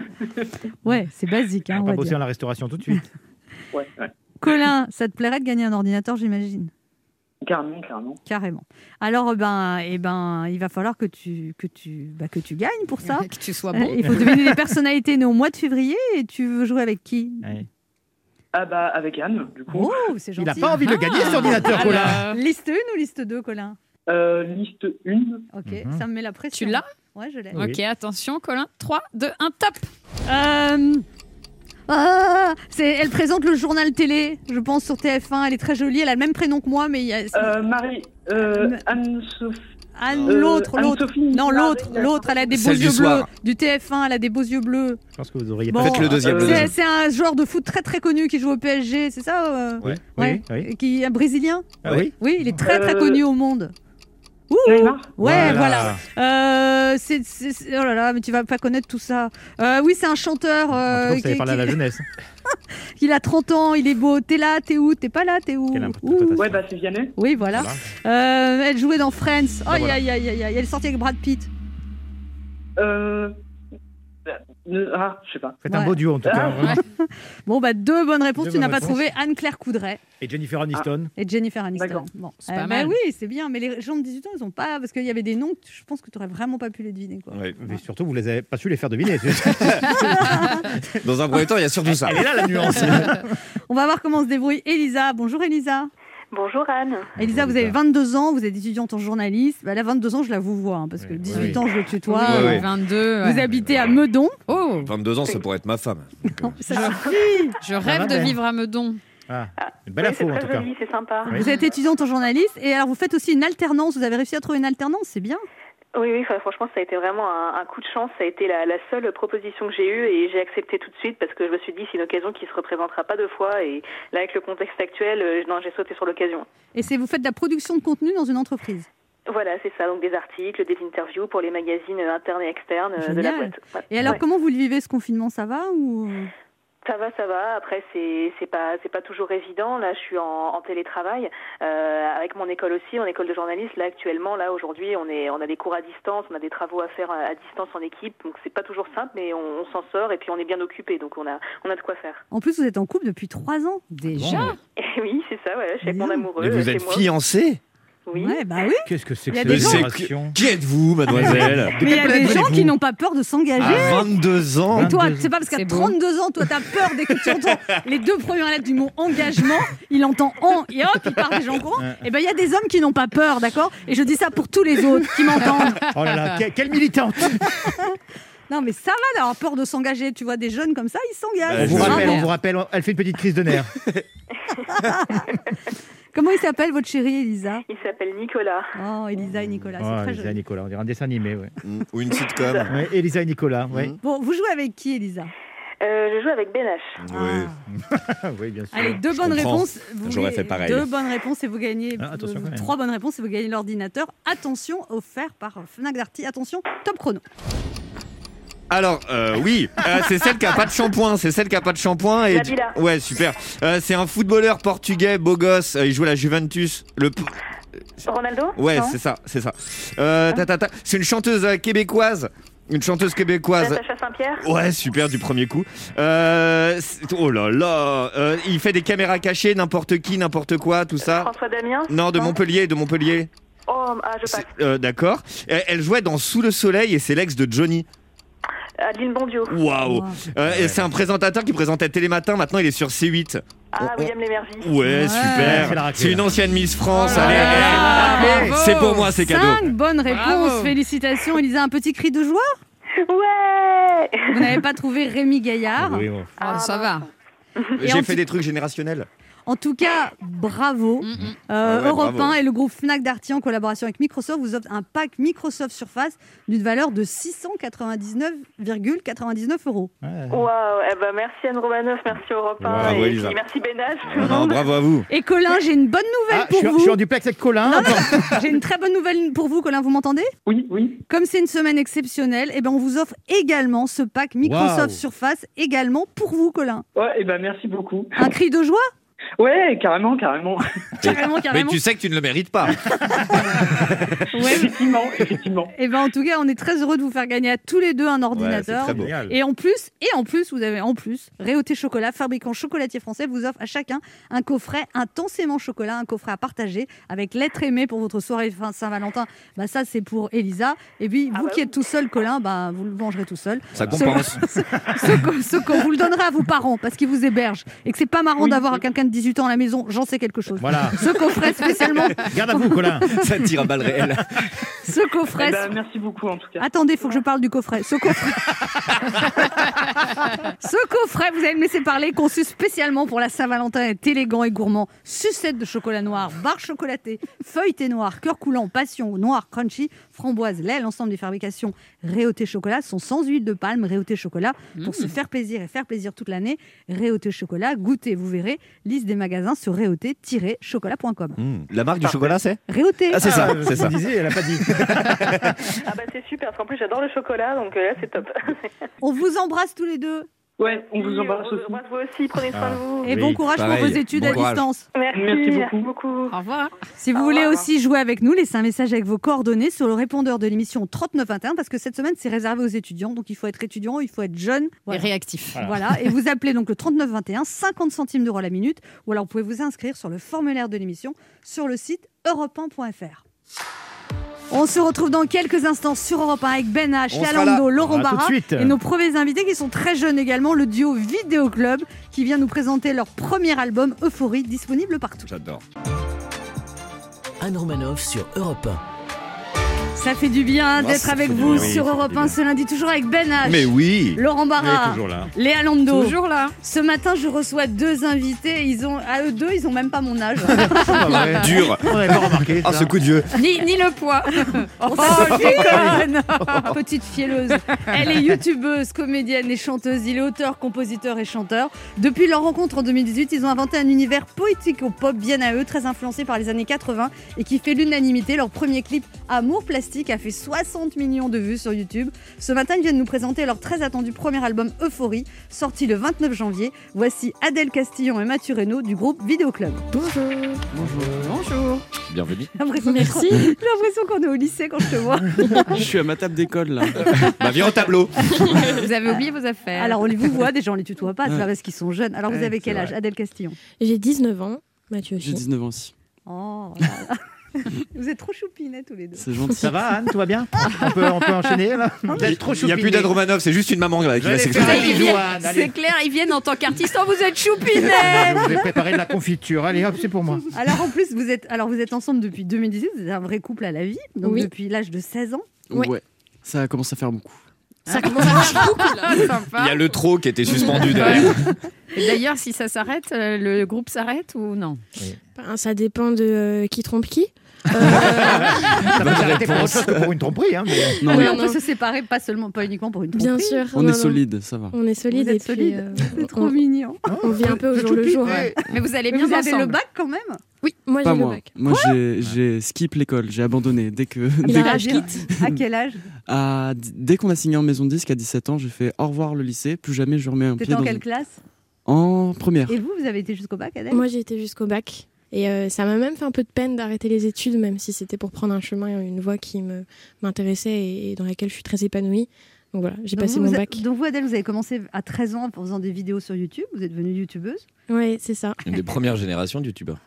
[SPEAKER 3] ouais, c'est basique, hein,
[SPEAKER 5] On
[SPEAKER 3] on
[SPEAKER 5] va
[SPEAKER 3] va
[SPEAKER 5] bosser
[SPEAKER 3] dire.
[SPEAKER 5] dans la restauration tout de suite.
[SPEAKER 1] Ouais, ouais.
[SPEAKER 3] Colin, ça te plairait de gagner un ordinateur, j'imagine
[SPEAKER 1] Carrément, carrément.
[SPEAKER 3] Carrément. Alors, euh, ben, eh ben, il va falloir que tu, que tu, bah, que tu gagnes pour ça.
[SPEAKER 6] Que tu sois
[SPEAKER 3] Euh,
[SPEAKER 6] bon.
[SPEAKER 3] Il faut deviner les personnalités nées au mois de février et tu veux jouer avec qui
[SPEAKER 5] Ouais.
[SPEAKER 1] Ah bah, avec Anne, du coup.
[SPEAKER 3] Oh, c'est
[SPEAKER 5] Il
[SPEAKER 3] gentil. Ah.
[SPEAKER 5] n'a pas envie de gagner cet ordinateur, Colin.
[SPEAKER 6] Alors,
[SPEAKER 3] Liste 1 ou liste 2, Colin
[SPEAKER 1] Euh, liste 1.
[SPEAKER 3] Ok,
[SPEAKER 5] Mhm.
[SPEAKER 3] ça me met la pression.
[SPEAKER 6] Tu l'as
[SPEAKER 3] Ouais, je l'ai.
[SPEAKER 5] Oui.
[SPEAKER 6] Ok, attention, Colin. 3, 2, 1, top
[SPEAKER 3] Euh, ah, c'est, elle présente le journal télé, je pense, sur TF1. Elle est très jolie, elle a le même prénom que moi, mais il y a-
[SPEAKER 1] Euh, Marie, euh,
[SPEAKER 3] Mais-
[SPEAKER 1] Anne-Sophie.
[SPEAKER 3] Anne,
[SPEAKER 1] euh,
[SPEAKER 3] l'autre, l'autre.
[SPEAKER 1] Anne-Sophie
[SPEAKER 3] Non,
[SPEAKER 1] Nicolas,
[SPEAKER 3] l'autre,
[SPEAKER 1] euh,
[SPEAKER 3] l'autre, elle a des beaux
[SPEAKER 4] Celle du
[SPEAKER 3] yeux bleus.
[SPEAKER 4] soir.
[SPEAKER 3] Du TF1, elle a des beaux yeux bleus.
[SPEAKER 5] Je pense que vous auriez
[SPEAKER 3] Bon.
[SPEAKER 5] pas
[SPEAKER 4] Faites le deuxième.
[SPEAKER 1] Euh,
[SPEAKER 4] le
[SPEAKER 3] C'est,
[SPEAKER 4] deuxième.
[SPEAKER 3] c'est un joueur de foot très très connu qui joue au PSG, c'est ça euh,
[SPEAKER 5] Oui,
[SPEAKER 3] Ouais.
[SPEAKER 5] oui, oui.
[SPEAKER 3] Qui un Brésilien
[SPEAKER 5] Ah oui
[SPEAKER 3] Oui, il est très très
[SPEAKER 1] Euh,
[SPEAKER 3] connu au monde. Ouh
[SPEAKER 1] Neymar
[SPEAKER 3] Ouais, voilà. Euh, c'est, c'est- c'est- oh là là, mais tu vas pas connaître tout ça. Euh, oui, c'est un chanteur. euh,
[SPEAKER 5] En tout cas, vous
[SPEAKER 3] qui-
[SPEAKER 5] savez parler à
[SPEAKER 3] qui-
[SPEAKER 5] la jeunesse.
[SPEAKER 3] Il a 30 ans, il est beau. T'es là, t'es où T'es pas là, t'es où
[SPEAKER 5] Quelle
[SPEAKER 3] Ouh.
[SPEAKER 5] interprétation.
[SPEAKER 1] Ouais, bah c'est Vianney.
[SPEAKER 3] Oui, voilà.
[SPEAKER 5] Voilà.
[SPEAKER 3] Euh, elle jouait dans Friends. Oh,
[SPEAKER 5] Ben voilà.
[SPEAKER 3] aïe, aïe, aïe, aïe. Elle est sortie avec Brad Pitt.
[SPEAKER 1] Euh... euh, Ah, je sais pas.
[SPEAKER 5] Faites un beau duo en tout cas.
[SPEAKER 1] Ah.
[SPEAKER 5] vraiment.
[SPEAKER 3] Bon, bah, deux bonnes réponses.
[SPEAKER 5] Deux
[SPEAKER 3] tu n'as
[SPEAKER 5] bonnes
[SPEAKER 3] pas
[SPEAKER 5] réponses.
[SPEAKER 3] trouvé Anne-Claire Coudray
[SPEAKER 5] Et Jennifer Aniston.
[SPEAKER 3] et Jennifer Aniston.
[SPEAKER 1] D'accord.
[SPEAKER 3] Bon,
[SPEAKER 6] C'est pas
[SPEAKER 3] ben
[SPEAKER 6] mal.
[SPEAKER 3] oui, c'est bien. Mais les gens de 18 ans, ils ont pas. Parce qu'il y avait des noms que je pense que tu aurais vraiment pas pu les deviner. Quoi.
[SPEAKER 4] Ah, Ouais.
[SPEAKER 5] Mais surtout, vous les avez pas su les faire deviner.
[SPEAKER 4] Dans un premier temps, il y a surtout ça.
[SPEAKER 5] Elle est là la nuance.
[SPEAKER 3] On va voir comment se débrouille Elisa. Bonjour, Elisa.
[SPEAKER 7] Bonjour Anne.
[SPEAKER 3] Elisa,
[SPEAKER 5] Bonjour,
[SPEAKER 3] vous avez
[SPEAKER 5] Elisa.
[SPEAKER 3] 22 ans. Vous êtes étudiante en journaliste. Bah, là, 22 ans, je la vous vois. hein, parce que
[SPEAKER 5] Oui,
[SPEAKER 3] 18
[SPEAKER 5] oui.
[SPEAKER 3] ans, je le tutoie.
[SPEAKER 6] Oui,
[SPEAKER 4] ouais.
[SPEAKER 6] 22. ouais.
[SPEAKER 3] Vous habitez à Meudon.
[SPEAKER 6] Oh,
[SPEAKER 4] 22 ans, ça pourrait être ma femme.
[SPEAKER 3] Non, ça suffit.
[SPEAKER 6] je
[SPEAKER 5] va
[SPEAKER 6] rêve de
[SPEAKER 5] bien.
[SPEAKER 6] vivre à Meudon.
[SPEAKER 5] Ah, Une belle
[SPEAKER 7] Oui, c'est
[SPEAKER 5] info en
[SPEAKER 7] très
[SPEAKER 5] tout cas.
[SPEAKER 7] joli, c'est sympa.
[SPEAKER 5] Oui.
[SPEAKER 3] Vous êtes étudiante en journaliste et alors vous faites aussi une alternance. Vous avez réussi à trouver une alternance, c'est bien.
[SPEAKER 7] Oui, oui, enfin, franchement, ça a été vraiment un, un coup de chance. Ça a été la, la seule proposition que j'ai eue et j'ai accepté tout de suite parce que je me suis dit c'est une occasion qui se représentera pas deux fois. Et là, avec le contexte actuel, euh, non, j'ai sauté sur l'occasion.
[SPEAKER 3] Et c'est vous faites de la production de contenu dans une entreprise.
[SPEAKER 7] Voilà, c'est ça. Donc des articles, des interviews pour les magazines euh, internes et externes euh, de la
[SPEAKER 3] Génial.
[SPEAKER 7] boîte. Ouais.
[SPEAKER 3] Et alors
[SPEAKER 7] Ouais.
[SPEAKER 3] comment vous le vivez ce confinement Ça va ou
[SPEAKER 7] Ça va, ça va. Après, c'est c'est pas c'est pas toujours évident. Là, je suis en, en télétravail euh, avec mon école aussi, mon école de journalisme. Là, actuellement, là aujourd'hui, on est on a des cours à distance, on a des travaux à faire euh, à à distance en équipe. Donc c'est pas toujours simple, mais on, on s'en sort et puis on est bien occupé. Donc on a on a de quoi faire.
[SPEAKER 3] En plus vous êtes en couple depuis trois ans déjà.
[SPEAKER 5] Bon,
[SPEAKER 7] Et oui, c'est ça. Voilà, je suis avec mon
[SPEAKER 3] Mais
[SPEAKER 7] amoureux. euh,
[SPEAKER 4] Et vous
[SPEAKER 7] chez
[SPEAKER 4] êtes
[SPEAKER 7] moi.
[SPEAKER 4] fiancée
[SPEAKER 7] Oui.
[SPEAKER 3] Ouais, bah oui.
[SPEAKER 5] Qu'est-ce que c'est
[SPEAKER 3] Il y a
[SPEAKER 5] que
[SPEAKER 3] des
[SPEAKER 5] cette
[SPEAKER 3] gens-
[SPEAKER 5] génération
[SPEAKER 4] Qui êtes-vous, mademoiselle
[SPEAKER 3] Mais il y a des gens qui n'ont pas peur de
[SPEAKER 5] Ah.
[SPEAKER 3] s'engager.
[SPEAKER 4] À 22 ans
[SPEAKER 3] Et toi,
[SPEAKER 5] 22
[SPEAKER 3] c'est pas parce qu'à
[SPEAKER 6] C'est beau.
[SPEAKER 3] 32 ans, toi, t'as peur dès que tu entends les deux premières lettres du mot engagement, il entend en et hop, il part des gens courants. Et ben, il y a des hommes qui n'ont pas peur, d'accord Et je dis ça pour tous les autres qui m'entendent.
[SPEAKER 5] Oh là là, que- quelle militante
[SPEAKER 3] Non, mais ça va d'avoir peur de s'engager. Tu vois, des jeunes comme ça, ils
[SPEAKER 5] Bah, On
[SPEAKER 3] s'engagent.
[SPEAKER 5] vous
[SPEAKER 4] Je-
[SPEAKER 5] rappelle, on
[SPEAKER 6] Merde.
[SPEAKER 5] vous rappelle, elle fait une petite crise de nerfs.
[SPEAKER 3] Comment il s'appelle votre chéri, Elisa
[SPEAKER 7] Il s'appelle Nicolas.
[SPEAKER 3] Oh, Elisa et Nicolas, c'est
[SPEAKER 5] Oh,
[SPEAKER 3] très
[SPEAKER 5] Elisa et
[SPEAKER 3] joli.
[SPEAKER 5] Nicolas, on dirait un dessin animé. Ouais.
[SPEAKER 4] Ou une sitcom
[SPEAKER 5] Ouais, Elisa et Nicolas, ouais.
[SPEAKER 4] Mhm.
[SPEAKER 3] Bon, vous jouez avec qui, Elisa
[SPEAKER 7] Euh, je joue avec Benache.
[SPEAKER 4] Ouais.
[SPEAKER 5] Ah, oui, bien sûr.
[SPEAKER 3] Allez, deux bonnes
[SPEAKER 4] comprends.
[SPEAKER 3] réponses. Vous
[SPEAKER 4] J'aurais
[SPEAKER 3] voulez-
[SPEAKER 4] fait pareil.
[SPEAKER 3] Deux bonnes réponses et vous gagnez.
[SPEAKER 5] Ah, attention
[SPEAKER 3] euh,
[SPEAKER 5] quand même.
[SPEAKER 3] trois bonnes réponses et vous gagnez l'ordinateur. Attention, offert par Fnac Darty. Attention, top chrono.
[SPEAKER 4] Alors, euh, oui, Euh, c'est celle qui a pas de shampoing, c'est celle qui a pas de shampoing. Et...
[SPEAKER 7] Nabila.
[SPEAKER 4] Ouais, super. Euh, c'est un footballeur portugais, beau gosse, Euh, il joue à la Juventus. Le... p-
[SPEAKER 7] Ronaldo.
[SPEAKER 4] Ouais,
[SPEAKER 7] Non.
[SPEAKER 4] c'est ça, c'est ça. Euh, ta, ta, ta. C'est une chanteuse euh, québécoise. Une chanteuse québécoise.
[SPEAKER 7] Sacha Saint-Pierre.
[SPEAKER 4] Ouais, super du premier coup. Euh, c'est- oh là là, Euh, il fait des caméras cachées, n'importe qui, n'importe quoi, tout ça.
[SPEAKER 7] François Damien.
[SPEAKER 4] Non, de Montpellier, de Montpellier.
[SPEAKER 7] Oh, ah, je passe.
[SPEAKER 4] C'est- euh, D'accord. Elle, elle jouait dans Sous le soleil et c'est l'ex de Johnny.
[SPEAKER 7] Adeline Bondio.
[SPEAKER 4] Waouh.
[SPEAKER 3] Wow.
[SPEAKER 4] Euh, et C'est un présentateur qui présentait Télématin. Maintenant, il est sur C8.
[SPEAKER 7] Ah,
[SPEAKER 4] on-
[SPEAKER 7] William Lémergie.
[SPEAKER 4] oh. Ouais,
[SPEAKER 5] C'est la
[SPEAKER 4] super.
[SPEAKER 5] raclée,
[SPEAKER 4] C'est une ancienne Miss France.
[SPEAKER 6] Oh là
[SPEAKER 4] Allez,
[SPEAKER 6] là là
[SPEAKER 4] allez,
[SPEAKER 6] là,
[SPEAKER 4] allez.
[SPEAKER 6] bravo.
[SPEAKER 4] c'est pour moi, c'est cadeau.
[SPEAKER 3] Cinq bonnes réponses.
[SPEAKER 6] Bravo.
[SPEAKER 3] Félicitations, Elisa. Un petit cri de joie.
[SPEAKER 7] Ouais.
[SPEAKER 3] Vous n'avez pas trouvé Rémi Gaillard.
[SPEAKER 5] Oui, bon.
[SPEAKER 6] Ah,
[SPEAKER 7] Ah,
[SPEAKER 6] ça va.
[SPEAKER 3] Et en
[SPEAKER 4] J'ai
[SPEAKER 3] tout-
[SPEAKER 4] fait des trucs générationnels.
[SPEAKER 3] En tout cas, bravo.
[SPEAKER 6] Mm, mm.
[SPEAKER 3] Euh,
[SPEAKER 4] Ah ouais,
[SPEAKER 3] Europe
[SPEAKER 4] bravo.
[SPEAKER 3] 1 et le groupe Fnac Darty en collaboration avec Microsoft vous offrent un pack Microsoft Surface d'une valeur de 699,99 euros.
[SPEAKER 5] Ouais.
[SPEAKER 7] Waouh, eh ben merci Anne Romanoff, merci Europe 1
[SPEAKER 4] Bravo,
[SPEAKER 7] et
[SPEAKER 4] Elisa.
[SPEAKER 7] puis merci Bénage. tout
[SPEAKER 4] Non,
[SPEAKER 7] le
[SPEAKER 4] non,
[SPEAKER 7] monde.
[SPEAKER 4] bravo à vous.
[SPEAKER 3] Et Colin, j'ai une bonne nouvelle
[SPEAKER 5] Ah, je,
[SPEAKER 3] pour
[SPEAKER 5] suis, je suis en
[SPEAKER 3] vous.
[SPEAKER 5] duplex avec Colin. Attends.
[SPEAKER 3] J'ai une très bonne nouvelle pour vous, Colin. Vous m'entendez
[SPEAKER 1] Oui, oui.
[SPEAKER 3] Comme c'est une semaine exceptionnelle, eh ben on vous offre également ce pack Microsoft
[SPEAKER 5] Waouh.
[SPEAKER 3] Surface également pour vous, Colin.
[SPEAKER 1] Ouais, et ben merci beaucoup.
[SPEAKER 3] Un cri de joie
[SPEAKER 1] Ouais, carrément, carrément.
[SPEAKER 3] Carrément, carrément.
[SPEAKER 4] sais que tu ne le mérites pas.
[SPEAKER 3] Ouais.
[SPEAKER 1] effectivement, effectivement.
[SPEAKER 3] Eh ben en tout cas, on est très heureux de vous faire gagner à tous les deux un ordinateur.
[SPEAKER 4] très beau.
[SPEAKER 5] Génial.
[SPEAKER 3] Et en plus, et en plus, vous avez en plus Réauté Chocolat, fabricant chocolatier français, vous offre à chacun un coffret intensément chocolat, un coffret à partager avec l'être aimé pour votre soirée fin Saint-Valentin. Bah ça c'est pour Elisa. Et puis
[SPEAKER 7] Ah
[SPEAKER 3] vous
[SPEAKER 7] bah
[SPEAKER 3] qui êtes tout seul, Colin, bah vous le mangerez tout seul.
[SPEAKER 4] Ça
[SPEAKER 3] Ce-
[SPEAKER 4] compense.
[SPEAKER 3] ce- ce qu'on- ce qu'on vous le donnera à vos parents parce qu'ils vous hébergent et que c'est pas marrant
[SPEAKER 1] Oui,
[SPEAKER 3] d'avoir
[SPEAKER 1] oui.
[SPEAKER 3] quelqu'un de 18 ans à la maison. J'en sais quelque chose.
[SPEAKER 5] Voilà.
[SPEAKER 3] Ce coffret spécialement.
[SPEAKER 5] Garde à vous, Colin.
[SPEAKER 4] Ça tire à balles réelles.
[SPEAKER 3] Ce coffret.
[SPEAKER 1] Eh ben, merci beaucoup en tout cas.
[SPEAKER 3] Attendez, faut que je parle du coffret. Ce coffret. Ce coffret, vous allez me laisser parler, conçu spécialement pour la Saint-Valentin, est élégant et gourmand. Sucette de chocolat noir, barre chocolatée, feuilleté noire, cœur coulant, passion, noir, crunchy, framboise, lait. L'ensemble des fabrications Réauté Chocolat sont sans huile de palme. Réauté Chocolat, pour se faire plaisir et faire plaisir toute l'année. Réauté Chocolat, goûtez, vous verrez. Liste des magasins sur réauté-chocolat.com.
[SPEAKER 4] La marque du chocolat, c'est
[SPEAKER 3] Réauté
[SPEAKER 4] Ah, c'est ça, c'est ça.
[SPEAKER 5] disait, elle a pas dit.
[SPEAKER 7] Ah bah c'est super, parce qu'en plus j'adore le chocolat, donc euh, là c'est top.
[SPEAKER 3] On vous embrasse tous les deux.
[SPEAKER 1] Ouais, on vous embrasse
[SPEAKER 7] Oui,
[SPEAKER 1] aussi.
[SPEAKER 7] on vous embrasse vous aussi, prenez soin de vous.
[SPEAKER 3] Et
[SPEAKER 5] Oui,
[SPEAKER 3] bon courage
[SPEAKER 4] Ah. pareil.
[SPEAKER 3] pour vos études
[SPEAKER 4] Bon
[SPEAKER 3] à
[SPEAKER 4] courage.
[SPEAKER 3] distance.
[SPEAKER 7] Merci,
[SPEAKER 1] Merci beaucoup.
[SPEAKER 7] beaucoup.
[SPEAKER 6] Au revoir.
[SPEAKER 3] Si vous
[SPEAKER 7] Au
[SPEAKER 3] voulez
[SPEAKER 7] revoir.
[SPEAKER 3] aussi jouer avec nous, laissez un message avec vos coordonnées sur le répondeur de l'émission 3921 parce que cette semaine c'est réservé aux étudiants. Donc il faut être étudiant, il faut être jeune.
[SPEAKER 6] Et
[SPEAKER 3] Voilà.
[SPEAKER 6] réactif.
[SPEAKER 3] Voilà. et vous appelez donc le 3921, 50 centimes d'euros la minute, ou alors vous pouvez vous inscrire sur le formulaire de l'émission sur le site europe1.fr. On se retrouve dans quelques instants sur Europe 1 avec Ben H,
[SPEAKER 4] On sera
[SPEAKER 3] Yalando, Laurent
[SPEAKER 5] À tout de
[SPEAKER 3] Barra
[SPEAKER 5] suite.
[SPEAKER 3] et nos premiers invités qui sont très jeunes également, le duo Vidéo Club qui vient nous présenter leur premier album Euphorie disponible partout.
[SPEAKER 4] J'adore.
[SPEAKER 2] Anne Romanoff sur Europe
[SPEAKER 3] Ça fait du bien
[SPEAKER 4] Ah,
[SPEAKER 3] d'être
[SPEAKER 4] ça
[SPEAKER 3] avec
[SPEAKER 4] fait du
[SPEAKER 3] vous
[SPEAKER 4] bien, oui,
[SPEAKER 3] sur
[SPEAKER 5] ça fait
[SPEAKER 3] Europe
[SPEAKER 5] du
[SPEAKER 3] 1
[SPEAKER 5] bien.
[SPEAKER 3] ce lundi, toujours avec Ben H,
[SPEAKER 4] Mais oui
[SPEAKER 3] Laurent
[SPEAKER 5] Elle est
[SPEAKER 3] Barra,
[SPEAKER 5] toujours là.
[SPEAKER 3] Léa Lando.
[SPEAKER 6] Toujours là.
[SPEAKER 3] Ce matin, je reçois deux invités. Ils ont, à eux deux, ils ont même pas mon âge.
[SPEAKER 4] Dur
[SPEAKER 5] Ah, bah On n'avait pas remarqué.
[SPEAKER 4] Ah,
[SPEAKER 5] ça.
[SPEAKER 4] ce coup de vieux
[SPEAKER 6] Ni, ni le poids.
[SPEAKER 3] Oh, je déconne Petite fielleuse. Elle est youtubeuse, comédienne et chanteuse. Il est auteur, compositeur et chanteur. Depuis leur rencontre en 2018, ils ont inventé un univers poético-pop bien à eux, très influencé par les années 80 et qui fait l'unanimité. Leur premier clip, Amour Plastique, a fait 60 millions de vues sur YouTube. Ce matin, ils viennent nous présenter leur très attendu premier album Euphorie, sorti le 29 janvier. Voici Adèle Castillon et Mathieu Reynaud du groupe Vidéo Club.
[SPEAKER 6] Bonjour.
[SPEAKER 4] Bienvenue.
[SPEAKER 3] J'ai l'impression d'être- J'ai l'impression qu'on est au lycée quand je te vois.
[SPEAKER 8] Je suis à ma table d'école là.
[SPEAKER 4] Bah viens au tableau
[SPEAKER 6] Vous avez oublié vos affaires.
[SPEAKER 3] Alors on les vous voit, déjà on les tutoie pas, c'est pas parce qu'ils sont jeunes. Alors vous avez quel âge Adèle Castillon
[SPEAKER 9] J'ai 19 ans, Mathieu
[SPEAKER 8] J'ai
[SPEAKER 9] aussi.
[SPEAKER 8] 19 ans aussi.
[SPEAKER 3] Oh là là. Vous êtes trop choupinets tous les deux.
[SPEAKER 8] C'est gentil. hein
[SPEAKER 5] Ça va, Anne Tout va bien on peut, on peut enchaîner là Vous êtes trop
[SPEAKER 4] Il n'y a plus d'Anne Romanoff, c'est juste une maman là, qui va s'exprimer.
[SPEAKER 6] Ils viennent- c'est
[SPEAKER 5] Ah, Allez,
[SPEAKER 6] clair, ils viennent en tant qu'artistes. Oh, vous êtes choupinets
[SPEAKER 5] je vous ai préparé de la confiture. Allez, hop, c'est pour moi.
[SPEAKER 3] Alors en plus vous êtes alors vous êtes ensemble depuis 2018, vous êtes un vrai couple à la vie, donc
[SPEAKER 9] Oui.
[SPEAKER 3] depuis l'âge de 16 ans. Ah.
[SPEAKER 8] Ouais. Ça commence à faire beaucoup.
[SPEAKER 6] Ça commence à faire beaucoup là.
[SPEAKER 4] Il y a
[SPEAKER 6] Sympa.
[SPEAKER 4] le trop qui était suspendu
[SPEAKER 8] Ah,
[SPEAKER 4] derrière.
[SPEAKER 6] Et D'ailleurs, si ça s'arrête, euh, le groupe s'arrête ou non
[SPEAKER 9] Ben, ça dépend de euh, qui trompe qui.
[SPEAKER 5] Ça va s'arrêter pour autre chose que pour une tromperie. Hein, mais-
[SPEAKER 8] Non,
[SPEAKER 3] Oui,
[SPEAKER 8] mais
[SPEAKER 9] non,
[SPEAKER 3] on peut
[SPEAKER 9] non.
[SPEAKER 3] se séparer pas seulement pas uniquement pour une tromperie.
[SPEAKER 9] Bien sûr.
[SPEAKER 8] on
[SPEAKER 9] non,
[SPEAKER 8] est
[SPEAKER 9] non.
[SPEAKER 8] solide, ça va.
[SPEAKER 9] On est solide
[SPEAKER 3] Vous êtes
[SPEAKER 9] et puis
[SPEAKER 3] solide.
[SPEAKER 9] euh,
[SPEAKER 3] C'est trop
[SPEAKER 9] on,
[SPEAKER 3] mignon.
[SPEAKER 9] on vit un peu au jour le jour. ouais.
[SPEAKER 6] Mais vous allez
[SPEAKER 3] Mais
[SPEAKER 6] bien
[SPEAKER 3] vous avez
[SPEAKER 6] ensemble.
[SPEAKER 3] le bac quand même Ah
[SPEAKER 9] Oui, moi j'ai
[SPEAKER 8] Pas
[SPEAKER 9] le
[SPEAKER 8] moi.
[SPEAKER 9] bac.
[SPEAKER 8] Moi, j'ai, j'ai skip l'école. J'ai abandonné dès que.
[SPEAKER 9] Il
[SPEAKER 3] bah, Eh
[SPEAKER 8] dès,
[SPEAKER 9] a-
[SPEAKER 3] ben,
[SPEAKER 8] que-
[SPEAKER 9] âge
[SPEAKER 3] À quel âge
[SPEAKER 8] à- dès qu'on a signé en maison de disque à 17 ans, j'ai fait au revoir le lycée. Plus jamais je remets un pied
[SPEAKER 3] T'étais en
[SPEAKER 8] dans.
[SPEAKER 3] quelle
[SPEAKER 8] une-
[SPEAKER 3] classe
[SPEAKER 8] En première.
[SPEAKER 3] Et vous, vous avez été jusqu'au bac, Adèle
[SPEAKER 9] Moi j'ai été jusqu'au bac. Et euh, ça m'a même fait un peu de peine d'arrêter les études, même si c'était pour prendre un chemin et une voie qui me- m'intéressait et, et dans laquelle je suis très épanouie. Donc voilà, j'ai
[SPEAKER 3] Donc
[SPEAKER 9] passé
[SPEAKER 3] Bah, vous,
[SPEAKER 9] mon
[SPEAKER 3] vous
[SPEAKER 9] bac.
[SPEAKER 3] êtes- donc vous, Adèle, vous avez commencé à 13 ans en faisant des vidéos sur YouTube. Vous êtes devenue youtubeuse.
[SPEAKER 9] Ouais, c'est ça.
[SPEAKER 4] Une des premières générations de youtubeurs.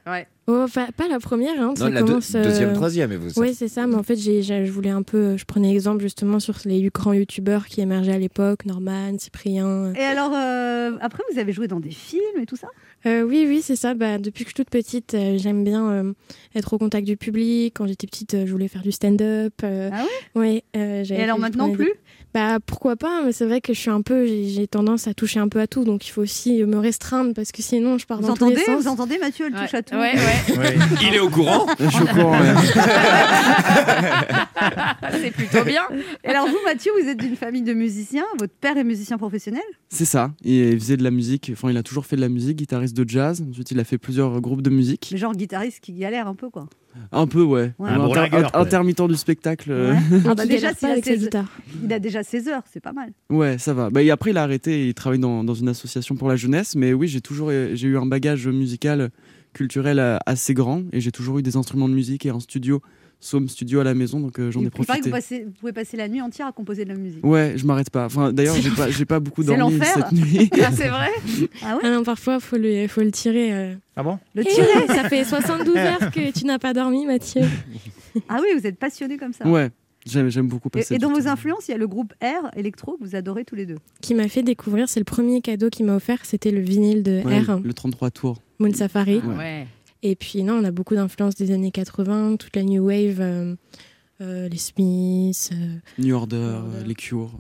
[SPEAKER 9] Oh, pas, pas la première, hein, ça
[SPEAKER 4] la deux-
[SPEAKER 9] commence. euh,
[SPEAKER 4] deuxième, troisième, et vous
[SPEAKER 9] Oui, c'est ça, mais en fait, j'ai- j'ai- je voulais un peu. euh, Je prenais exemple justement sur les grands youtubeurs qui émergeaient à l'époque, Norman, Cyprien.
[SPEAKER 3] Et alors, euh, après, vous avez joué dans des films et tout ça
[SPEAKER 9] Euh, oui, oui, c'est ça. Bah, depuis que je suis toute petite, euh, j'aime bien euh, être au contact du public. Quand j'étais petite, euh, je voulais faire du stand-up. euh,
[SPEAKER 3] Ah
[SPEAKER 9] ouais, euh, j'avais
[SPEAKER 3] Et alors
[SPEAKER 9] fait- je
[SPEAKER 3] maintenant
[SPEAKER 9] prenais des-
[SPEAKER 3] plus
[SPEAKER 9] Bah pourquoi pas, mais c'est vrai que je suis un peu. J'ai j'ai tendance à toucher un peu à tout, donc il faut aussi euh, me restreindre parce que sinon je pars
[SPEAKER 3] Vous
[SPEAKER 9] dans tous les
[SPEAKER 3] entendez,
[SPEAKER 9] sens.
[SPEAKER 3] vous entendez Mathieu, elle
[SPEAKER 6] Ouais.
[SPEAKER 3] touche à tout.
[SPEAKER 6] Ouais, ouais.
[SPEAKER 4] Il est au courant
[SPEAKER 8] Je suis au courant, ouais.
[SPEAKER 6] Ah, c'est plutôt bien.
[SPEAKER 3] Et alors vous, Mathieu, vous êtes d'une famille de musiciens. Votre père est musicien professionnel.
[SPEAKER 8] C'est ça. Et il faisait de la musique. Enfin, il a toujours fait de la musique, guitariste de jazz. Ensuite, il a fait plusieurs groupes de musique.
[SPEAKER 3] Mais genre guitariste qui galère un peu, quoi.
[SPEAKER 8] Un peu, ouais.
[SPEAKER 3] Ouais.
[SPEAKER 5] Un bourlingueur, quoi.
[SPEAKER 8] intermittent du spectacle. euh,
[SPEAKER 3] Ouais.
[SPEAKER 9] Ah,
[SPEAKER 3] bah,
[SPEAKER 9] tu
[SPEAKER 3] déjà,
[SPEAKER 9] galères
[SPEAKER 3] s'il
[SPEAKER 9] pas
[SPEAKER 3] a
[SPEAKER 9] avec sa
[SPEAKER 3] ses-
[SPEAKER 9] guitare.
[SPEAKER 3] Il a déjà 16 heures, c'est pas mal.
[SPEAKER 8] Ouais, ça va. Bah, et après, il a arrêté et il travaille dans, dans une association pour la jeunesse. Mais oui, j'ai toujours euh, j'ai eu un bagage musical, culturel euh, assez grand. Et j'ai toujours eu des instruments de musique et un studio, Somme Studio à la maison. Donc euh, j'en
[SPEAKER 3] il,
[SPEAKER 8] ai
[SPEAKER 3] il paraît que vous,
[SPEAKER 8] profité.
[SPEAKER 3] passez- vous pouvez passer la nuit entière à composer de la musique.
[SPEAKER 8] Ouais, je m'arrête pas. Enfin, d'ailleurs, j'ai pas, j'ai pas beaucoup
[SPEAKER 3] C'est
[SPEAKER 8] dormi
[SPEAKER 3] l'enfer.
[SPEAKER 8] cette nuit.
[SPEAKER 6] Ah, c'est vrai
[SPEAKER 3] Ah ouais
[SPEAKER 9] Ah non, parfois faut le, faut le tirer. euh.
[SPEAKER 5] Ah bon
[SPEAKER 3] Le
[SPEAKER 9] Eh,
[SPEAKER 3] tirer
[SPEAKER 9] ça fait 72 heures que tu n'as pas dormi, Mathieu.
[SPEAKER 3] Ah oui, vous êtes passionné comme ça.
[SPEAKER 8] Ouais, j'aime, j'aime beaucoup
[SPEAKER 3] Et,
[SPEAKER 8] passer.
[SPEAKER 3] et dans
[SPEAKER 8] du
[SPEAKER 3] vos
[SPEAKER 8] temps.
[SPEAKER 3] influences, il y a le groupe R, Electro, que vous adorez tous les deux.
[SPEAKER 9] Qui m'a fait découvrir, c'est le premier cadeau qu'il m'a offert, c'était le vinyle de
[SPEAKER 8] Ouais,
[SPEAKER 9] R,
[SPEAKER 8] le 33 tours.
[SPEAKER 9] Moon Safari.
[SPEAKER 8] Ouais.
[SPEAKER 6] Ouais.
[SPEAKER 9] Et puis non, on a beaucoup d'influences des années 80, toute la new wave, euh, euh, les Smiths. euh,
[SPEAKER 8] New Order, euh, les Cures.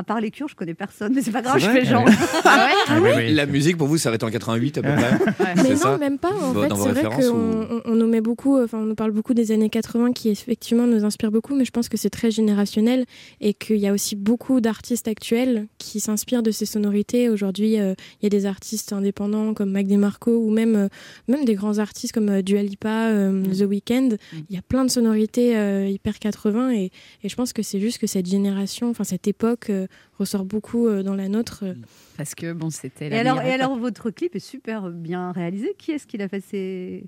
[SPEAKER 3] À part les cures, je connais personne, mais c'est pas grave,
[SPEAKER 8] C'est
[SPEAKER 3] je
[SPEAKER 8] vrai Ah
[SPEAKER 3] fais genre.
[SPEAKER 4] Ah,
[SPEAKER 3] Ah
[SPEAKER 9] Ah,
[SPEAKER 10] La musique pour vous s'arrête en 88 à peu près.
[SPEAKER 9] Mais
[SPEAKER 10] C'est
[SPEAKER 9] non,
[SPEAKER 10] ça
[SPEAKER 9] même pas. En
[SPEAKER 10] Dans
[SPEAKER 9] fait,
[SPEAKER 10] vos
[SPEAKER 9] c'est vrai
[SPEAKER 10] références
[SPEAKER 9] qu'on
[SPEAKER 10] ou-
[SPEAKER 9] on- on nous met beaucoup, enfin, on nous parle beaucoup des années 80 qui effectivement nous inspirent beaucoup, mais je pense que c'est très générationnel et qu'il y a aussi beaucoup d'artistes actuels qui s'inspirent de ces sonorités. Aujourd'hui, euh, il y a des artistes indépendants comme Mac DeMarco ou même, euh, même des grands artistes comme euh, Dua Lipa, euh, The Weeknd. Il y a plein de sonorités euh, hyper 80 et, et je pense que c'est juste que cette génération, enfin, cette époque euh, ressort beaucoup euh, dans la nôtre.
[SPEAKER 6] Parce que bon, c'était
[SPEAKER 3] Et alors, et alors, votre clip est super bien réalisé. Qui est-ce qui l'a fait ses...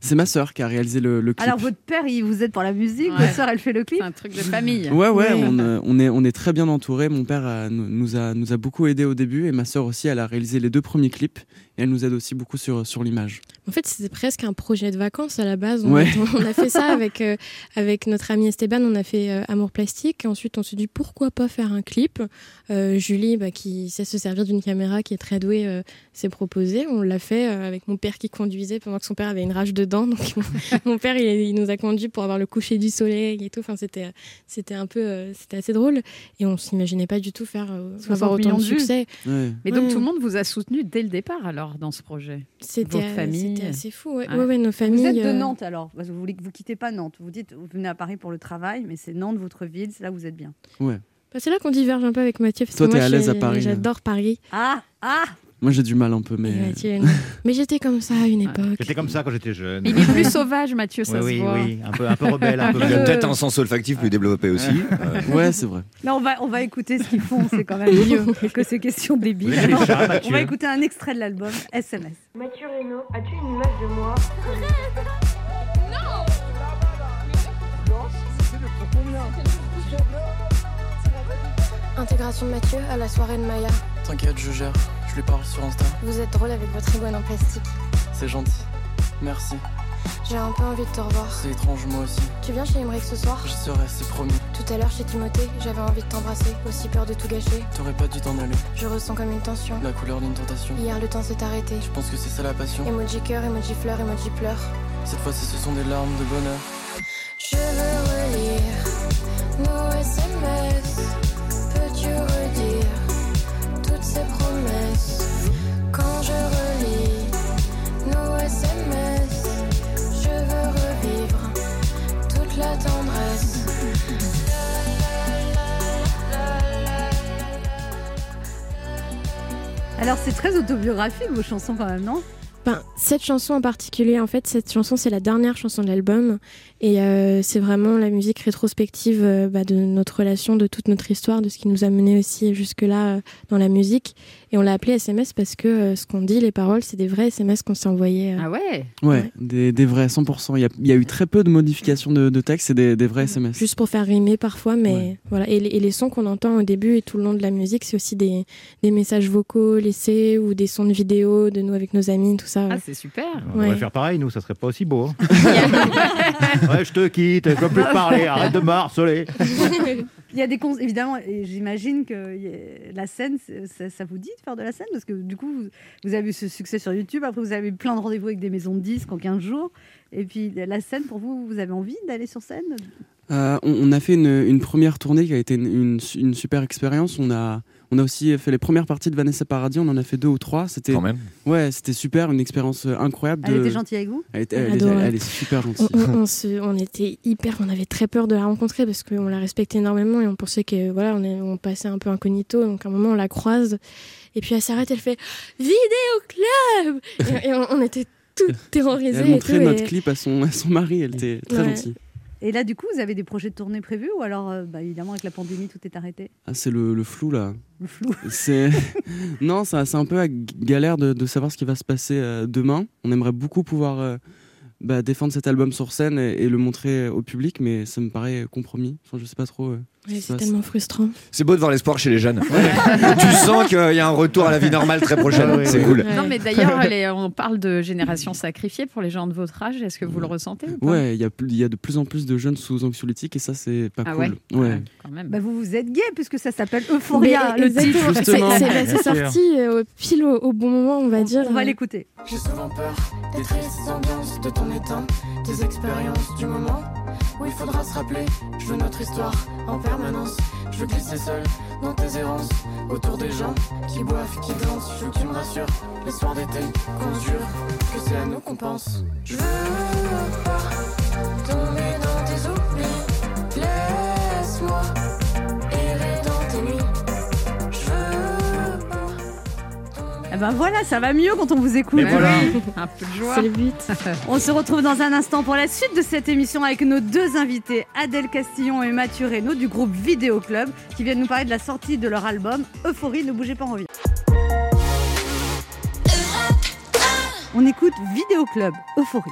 [SPEAKER 8] C'est ma sœur qui a réalisé le, le clip.
[SPEAKER 3] Alors, votre père, il vous aide pour la musique, votre soeur, elle fait le clip. C'est
[SPEAKER 6] un truc de famille.
[SPEAKER 8] Ouais, ouais, on, euh, on est, on est très bien entouré. Mon père euh, nous- nous, a, nous a beaucoup aidé au début et ma sœur aussi, elle a réalisé les deux premiers clips et elle nous aide aussi beaucoup sur, sur l'image.
[SPEAKER 9] En fait, c'était presque un projet de vacances à la base. On,
[SPEAKER 8] Ouais.
[SPEAKER 9] on a fait ça avec, euh, avec notre ami Esteban, on a fait euh, Amour Plastique. Et ensuite, on s'est dit pourquoi pas faire un clip. Euh, Julie, bah, qui sait se servir d'une caméra, qui est très douée, euh, s'est proposée. On l'a fait euh, avec mon père qui conduisait pendant que son père avait une rage de dents. Donc, mon père, il, il nous a conduits pour avoir le coucher du soleil et tout. Enfin, c'était, euh, c'était un peu, euh, c'était assez drôle. Et on s'imaginait pas du tout faire euh,
[SPEAKER 6] 60
[SPEAKER 9] avoir autant
[SPEAKER 6] millions
[SPEAKER 9] de
[SPEAKER 6] de vues.
[SPEAKER 9] succès.
[SPEAKER 8] Ouais.
[SPEAKER 6] Mais donc
[SPEAKER 9] Ouais.
[SPEAKER 6] tout le monde vous a soutenu dès le départ alors dans ce projet.
[SPEAKER 9] C'était,
[SPEAKER 6] Votre
[SPEAKER 9] euh,
[SPEAKER 6] famille.
[SPEAKER 9] c'était assez fou. Ouais.
[SPEAKER 6] Ouais.
[SPEAKER 9] Ouais, ouais, nos familles.
[SPEAKER 3] Vous êtes de
[SPEAKER 9] euh,
[SPEAKER 3] Nantes alors, parce que vous voulez que vous quittez pas Nantes. Vous dites, vous venez à Paris pour le travail, mais c'est Nantes, votre ville, c'est là où vous êtes bien.
[SPEAKER 8] Ouais.
[SPEAKER 9] Bah, c'est là qu'on diverge un peu avec Mathieu. Parce
[SPEAKER 8] Toi,
[SPEAKER 9] que
[SPEAKER 8] t'es
[SPEAKER 9] moi,
[SPEAKER 8] à l'aise
[SPEAKER 9] j'ai-
[SPEAKER 8] à Paris, là.
[SPEAKER 9] J'adore Paris.
[SPEAKER 3] Ah, ah
[SPEAKER 8] Moi, j'ai du mal un peu, mais. euh, Ah.
[SPEAKER 9] Mathieu, non. Mais j'étais comme ça à une époque.
[SPEAKER 11] J'étais comme ça quand j'étais jeune.
[SPEAKER 6] Il est plus sauvage, Mathieu, ça
[SPEAKER 11] Oui,
[SPEAKER 6] se
[SPEAKER 11] oui,
[SPEAKER 6] voit.
[SPEAKER 11] oui, un peu- un peu rebelle, un peu
[SPEAKER 10] Il y a
[SPEAKER 11] Euh.
[SPEAKER 10] peut-être un sens olfactif plus développé aussi.
[SPEAKER 4] Euh,
[SPEAKER 8] Ouais, c'est vrai.
[SPEAKER 3] Là, on va, on va écouter ce qu'ils font, c'est quand même mieux que ces questions débiles.
[SPEAKER 10] Vous aimez les chats,
[SPEAKER 3] on
[SPEAKER 10] Mathieu
[SPEAKER 3] va écouter un extrait de l'album SMS.
[SPEAKER 12] Mathieu Reynaud, as-tu une image de moi Non
[SPEAKER 13] Intégration de Mathieu à la soirée de Maya.
[SPEAKER 14] T'inquiète, je gère. Je lui parle sur Insta.
[SPEAKER 13] Vous êtes drôle avec votre iguane en plastique.
[SPEAKER 14] C'est gentil. Merci.
[SPEAKER 13] J'ai un peu envie de te revoir.
[SPEAKER 14] C'est étrange, moi aussi.
[SPEAKER 13] Tu viens chez Emmerich ce soir
[SPEAKER 14] Je serai, c'est promis.
[SPEAKER 13] Tout à l'heure chez Timothée, j'avais envie de t'embrasser, aussi peur de tout gâcher.
[SPEAKER 14] T'aurais pas dû t'en aller.
[SPEAKER 13] Je ressens comme une tension.
[SPEAKER 14] La couleur d'une tentation.
[SPEAKER 13] Hier le temps s'est arrêté.
[SPEAKER 14] Je pense que c'est ça la passion.
[SPEAKER 13] Emoji cœur, emoji fleur, emoji pleur.
[SPEAKER 14] Cette fois-ci, ce sont des larmes de bonheur.
[SPEAKER 13] Je veux relire nos SMS. Peux-tu redire toutes ces promesses Quand je relis nos SMS, je veux revivre toute la tendresse.
[SPEAKER 3] Alors, c'est très autobiographique vos chansons quand même, non
[SPEAKER 9] Ben, cette chanson en particulier, en fait, cette chanson, c'est la dernière chanson de l'album. Et euh, c'est vraiment la musique rétrospective euh, bah, de notre relation, de toute notre histoire, de ce qui nous a menés aussi jusque-là euh, dans la musique. Et on l'a appelé SMS parce que euh, ce qu'on dit, les paroles, c'est des vrais SMS qu'on euh, s'est envoyés.
[SPEAKER 6] Ah ouais
[SPEAKER 8] Ouais, des, des vrais 100%. Il y a, il y a eu très peu de modifications de, de texte et des, des vrais SMS.
[SPEAKER 9] Juste pour faire rimer parfois, mais voilà. Et les, et les sons qu'on entend au début et tout le long de la musique, c'est aussi des, des messages vocaux laissés ou des sons de vidéo de nous avec nos amis, tout ça.
[SPEAKER 6] Ah, C'est super.
[SPEAKER 11] On
[SPEAKER 9] Ouais.
[SPEAKER 11] va faire pareil, nous, ça serait pas aussi beau. hein. ouais, je te quitte, je peux plus te parler, arrête de me harceler.
[SPEAKER 3] Il y a des cons- évidemment, et j'imagine que y a- la scène, c'est- ça, ça vous dit de faire de la scène parce que du coup, vous, vous avez eu ce succès sur YouTube, après vous avez eu plein de rendez-vous avec des maisons de disques en 15 jours, et puis la scène pour vous, vous avez envie d'aller sur scène
[SPEAKER 8] Euh, on, on a fait une, une première tournée qui a été une, une su- une super expérience. On a, on a aussi fait les premières parties de Vanessa Paradis. On en a fait deux ou trois. C'était
[SPEAKER 10] Quand même.
[SPEAKER 8] Ouais, c'était super, une expérience euh, incroyable.
[SPEAKER 3] Elle
[SPEAKER 8] de-
[SPEAKER 3] était gentille avec vous
[SPEAKER 8] Elle, était- elle est-
[SPEAKER 9] Adorable.
[SPEAKER 8] elle est super gentille.
[SPEAKER 9] On, on- on se- on était hyper, on avait très peur de la rencontrer parce qu'on la respectait énormément et on pensait que voilà, on, est- on passait un peu incognito. Donc à un moment, on la croise et puis elle s'arrête, elle fait vidéo club et, et on, on était tout
[SPEAKER 8] Elle
[SPEAKER 9] terrorisés.
[SPEAKER 8] a
[SPEAKER 9] et
[SPEAKER 8] montré
[SPEAKER 9] tout,
[SPEAKER 8] notre
[SPEAKER 9] et-
[SPEAKER 8] clip à son, à son mari. Elle était très
[SPEAKER 9] Ouais.
[SPEAKER 8] gentille.
[SPEAKER 3] Et là, du coup, vous avez des projets de tournée prévus ou alors, euh, bah, évidemment, avec la pandémie, tout est arrêté
[SPEAKER 8] Ah, c'est le, le flou là.
[SPEAKER 3] Le flou.
[SPEAKER 8] C'est non, ça, c'est un peu la g- galère de, de savoir ce qui va se passer euh, demain. On aimerait beaucoup pouvoir euh, bah, défendre cet album sur scène et, et le montrer au public, mais ça me paraît compromis. Enfin, je sais pas trop. euh.
[SPEAKER 9] Ouais, c'est tellement frustrant.
[SPEAKER 10] C'est beau de voir l'espoir chez les jeunes. tu sens qu'il y a un retour à la vie
[SPEAKER 4] Ah,
[SPEAKER 10] normale très
[SPEAKER 9] Ah,
[SPEAKER 10] prochaine. c'est cool.
[SPEAKER 6] Non, mais d'ailleurs, les- on parle de génération sacrifiée pour les gens de votre âge. Est-ce que vous le ressentez ou pas
[SPEAKER 8] Ouais, il y, a plus- il y a de plus en plus de jeunes sous anxiolytiques et ça, c'est pas
[SPEAKER 6] Ah
[SPEAKER 8] cool.
[SPEAKER 6] ouais
[SPEAKER 8] ouais.
[SPEAKER 3] Bah, vous vous êtes gay puisque ça s'appelle Euphoria.
[SPEAKER 9] Mais
[SPEAKER 3] le titre.
[SPEAKER 9] exactement, c'est- bah,
[SPEAKER 8] Justement.
[SPEAKER 9] c'est- C'est
[SPEAKER 8] Bien sûr.
[SPEAKER 9] sorti euh, pile au, au bon moment, on va dire.
[SPEAKER 3] On va l'écouter.
[SPEAKER 13] J'ai souvent peur des tristes ambiances de ton étang, des expériences du moment où il faudra se rappeler. Je veux notre histoire en permanence. Je veux glisser seul dans tes errances, autour des gens qui boivent, qui dansent. Je veux que tu me rassures les soirs d'été qu'on jure que c'est à nous qu'on pense. Je veux pas tomber dans tes oublis. Laisse-moi errer dans tes nuits. Je veux
[SPEAKER 3] Eh ben voilà, ça va mieux quand on vous écoute.
[SPEAKER 6] Mais Ouais, voilà. oui. Un peu de joie. C'est le but.
[SPEAKER 3] on se retrouve dans un instant pour la suite de cette émission avec nos deux invités, Adèle Castillon et Mathieu Reynaud du groupe Vidéo Club, qui viennent nous parler de la sortie de leur album Euphorie, ne bougez pas, on revient. On écoute Vidéo Club, Euphorie.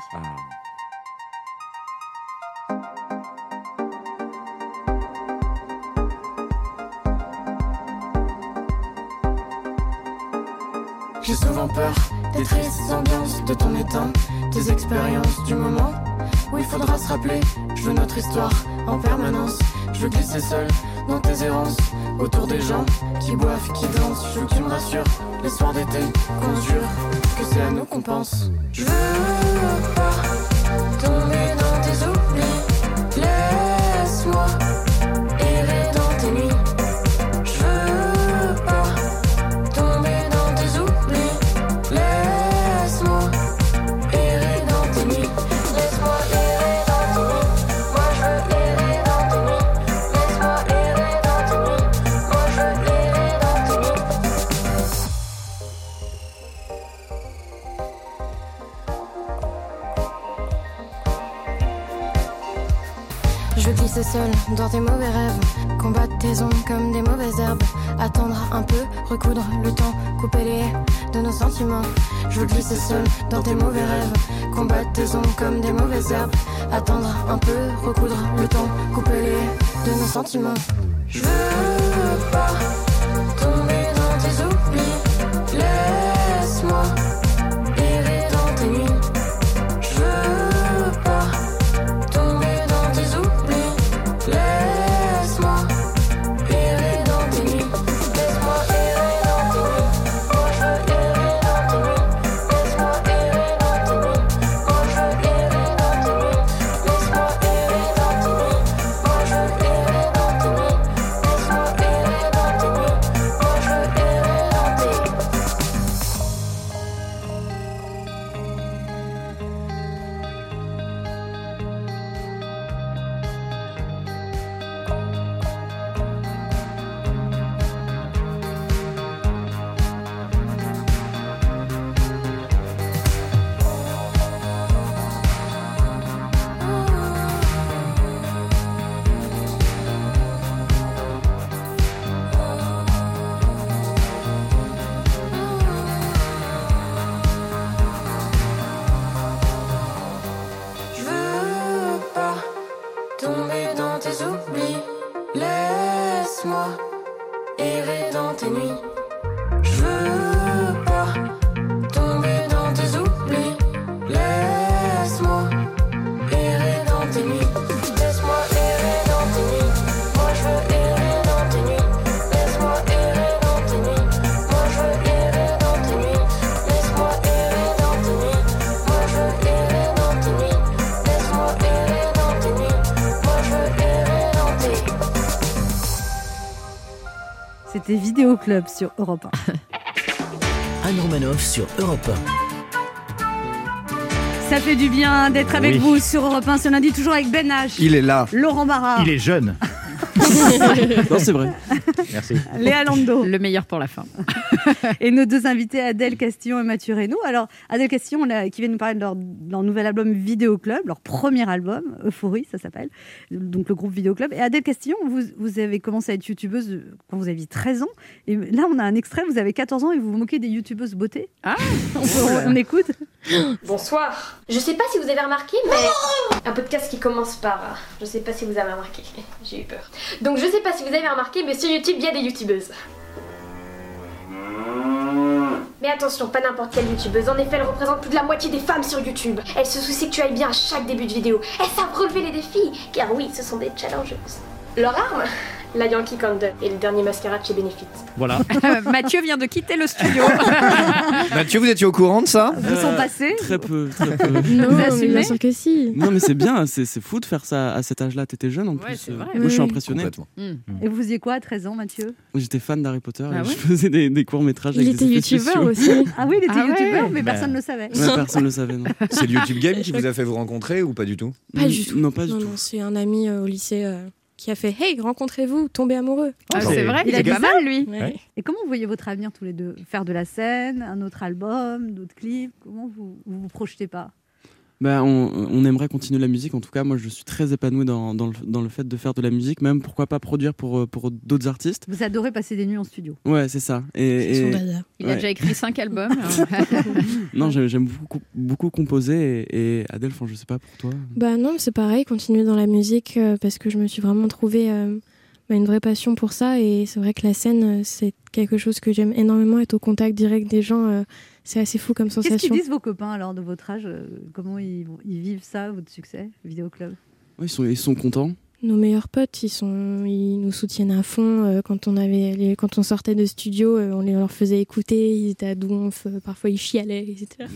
[SPEAKER 13] J'ai souvent peur des tristes ambiances de ton étang, des expériences du moment où il faudra se rappeler. Je veux notre histoire en permanence. Je veux glisser seul dans tes errances, autour des gens qui boivent, qui dansent. Je veux que tu me rassures les soirs d'été qu'on jure que c'est à nous qu'on pense. Je veux pas tomber dans tes oublis. Laisse-moi errer dans tes nuits. Je veux pas tomber dans tes oublis. Laisse-moi errer dans tes nuits. Laisse-moi errer dans tes nuits. Moi je veux errer dans tes nuits. Laisse-moi errer dans tes nuits. Moi je veux errer dans tes nuits. Je veux glisser seul dans tes mauvais rêves, combattre tes ondes comme des mauvaises herbes, attendre un peu, recoudre le temps, couper les haies de nos sentiments. Je veux glisser seul dans tes mauvais rêves, combattre tes ondes comme des mauvaises herbes, attendre un peu, recoudre le temps, couper les haies de nos sentiments. Je veux pas tomber dans tes oublis, laisse-moi errer dans tes nuits. Je veux pas tomber dans tes oublis. Laisse-moi errer dans tes nuits. Laisse-moi errer dans tes nuits. Moi je veux errer dans tes nuits. Laisse-moi errer dans tes nuits. Moi je veux errer dans tes nuits. Laisse-moi errer dans tes nuits. Moi je veux errer dans tes nuits. Laisse-moi errer dans tes nuits. Moi je veux errer dans tes nuits. Je veux pas tomber dans tes oublis. Laisse-moi errer dans tes nuits. Je veux pas tomber dans tes oublis. Laisse-moi errer dans tes nuits. Laisse-moi errer dans tes nuits. Moi je veux errer dans tes nuits. Laisse-moi errer dans tes nuits. Moi je veux errer dans tes nuits. Laisse-moi errer dans tes nuits. Moi je veux errer dans tes nuits. Laisse-moi errer dans tes nuits. Moi je veux errer dans tes nuits.
[SPEAKER 3] C'était Vidéo Club sur Europe 1.
[SPEAKER 2] Anne Romanoff sur Europe
[SPEAKER 3] Ça fait du bien d'être avec
[SPEAKER 2] Oui.
[SPEAKER 3] vous sur Europe 1 ce lundi, toujours avec Ben H.
[SPEAKER 10] Il est là.
[SPEAKER 3] Laurent Barra.
[SPEAKER 11] Il est jeune.
[SPEAKER 8] non, c'est vrai.
[SPEAKER 11] Merci.
[SPEAKER 3] Léa Lando.
[SPEAKER 6] Le meilleur pour la fin.
[SPEAKER 3] et nos deux invités, Adèle Castillon et Mathieu Reynaud. Alors, Adèle Castillon, là, qui vient nous parler de leur, de leur nouvel album Vidéo Club, leur premier album, Euphorie, ça s'appelle, donc le groupe Vidéo Club. Et Adèle Castillon, vous, vous avez commencé à être youtubeuse euh, quand vous aviez 13 ans. Et là, on a un extrait, vous avez 14 ans et vous vous moquez des youtubeuses beauté.
[SPEAKER 6] Ah
[SPEAKER 3] on, peut- on écoute
[SPEAKER 12] Bonsoir. Je sais pas si vous avez remarqué, mais un podcast qui commence par. euh, Je sais pas si vous avez remarqué. J'ai eu peur. Donc je sais pas si vous avez remarqué, mais sur YouTube, il y a des youtubeuses. Mais attention, pas n'importe quelle youtubeuse. En effet, elle représente plus de la moitié des femmes sur YouTube. Elle se soucie que tu ailles bien à chaque début de vidéo. Elles savent relever les défis, car oui, ce sont des challengeuses. Leur arme La Yankee Candle et le dernier mascara de chez Benefit.
[SPEAKER 6] Voilà. Mathieu vient de quitter le studio.
[SPEAKER 4] Mathieu, vous étiez au courant de ça
[SPEAKER 3] Vous sont passés
[SPEAKER 8] Euh, Très peu, très peu.
[SPEAKER 9] Non,
[SPEAKER 6] Vous
[SPEAKER 9] mais
[SPEAKER 6] assumez
[SPEAKER 9] bien sûr que si.
[SPEAKER 8] Non, mais c'est bien, c'est c'est fou de faire ça à cet âge-là. T'étais jeune en plus.
[SPEAKER 3] c'est
[SPEAKER 8] euh,
[SPEAKER 3] vrai.
[SPEAKER 8] Moi, je suis
[SPEAKER 3] Oui. Mm.
[SPEAKER 8] impressionné. Mm.
[SPEAKER 10] Complètement.
[SPEAKER 3] Et vous faisiez quoi à 13 ans, Mathieu
[SPEAKER 8] J'étais fan d'd'Harry Potter
[SPEAKER 3] Ah
[SPEAKER 8] et
[SPEAKER 3] ouais
[SPEAKER 8] je faisais des, des courts-métrages avec des effets spéciaux.
[SPEAKER 3] Ah oui, il était
[SPEAKER 6] Ah ouais.
[SPEAKER 3] youtubeur, mais
[SPEAKER 8] Bah,
[SPEAKER 3] personne ne le savait.
[SPEAKER 8] Ouais, personne ne le savait, non.
[SPEAKER 10] C'est le YouTube Game qui vous a fait vous rencontrer ou pas du tout
[SPEAKER 9] Pas du tout.
[SPEAKER 8] Non, pas du
[SPEAKER 9] non,
[SPEAKER 8] tout.
[SPEAKER 9] non, c'est un ami euh, au lycée euh, qui a fait Hey, rencontrez-vous, tombez amoureux.
[SPEAKER 6] Ah, c'est vrai,
[SPEAKER 3] Il
[SPEAKER 6] il
[SPEAKER 3] a
[SPEAKER 6] est
[SPEAKER 3] dit
[SPEAKER 6] pas
[SPEAKER 3] ça
[SPEAKER 6] mal, lui.
[SPEAKER 9] Ouais.
[SPEAKER 3] Et comment vous voyez votre avenir tous les deux Faire de la scène, un autre album, d'autres clips Comment vous vous, vous projetez pas
[SPEAKER 8] Bah, on, on aimerait continuer la musique. En tout cas, moi, je suis très épanoui dans, dans le, dans le fait de faire de la musique, même pourquoi pas produire pour, euh, pour d'autres artistes.
[SPEAKER 3] Vous adorez passer des nuits en studio.
[SPEAKER 8] Ouais, c'est ça. Et, et-
[SPEAKER 6] Il
[SPEAKER 8] ouais.
[SPEAKER 6] a déjà écrit 5 albums. hein.
[SPEAKER 8] Non, j'aime j'aime beaucoup, beaucoup composer et, et Adèle, enfin, je sais pas pour toi.
[SPEAKER 9] Bah non, c'est pareil, continuer dans la musique euh, parce que je me suis vraiment trouvé euh, bah, une vraie passion pour ça et c'est vrai que la scène euh, c'est quelque chose que j'aime énormément être au contact direct des gens, euh, c'est assez fou comme
[SPEAKER 3] Qu'est-ce qu'ils
[SPEAKER 9] sensation.
[SPEAKER 3] disent vos copains alors de votre âge euh, Comment ils, ils vivent ça, votre succès, Vidéoclub
[SPEAKER 8] Ouais, ils, sont, ils sont contents.
[SPEAKER 9] Nos meilleurs potes, ils sont ils nous soutiennent à fond euh, quand on avait les- quand on sortait de studio, euh, on les- on leur faisait écouter, ils étaient à donf, euh, parfois ils chialaient, etc.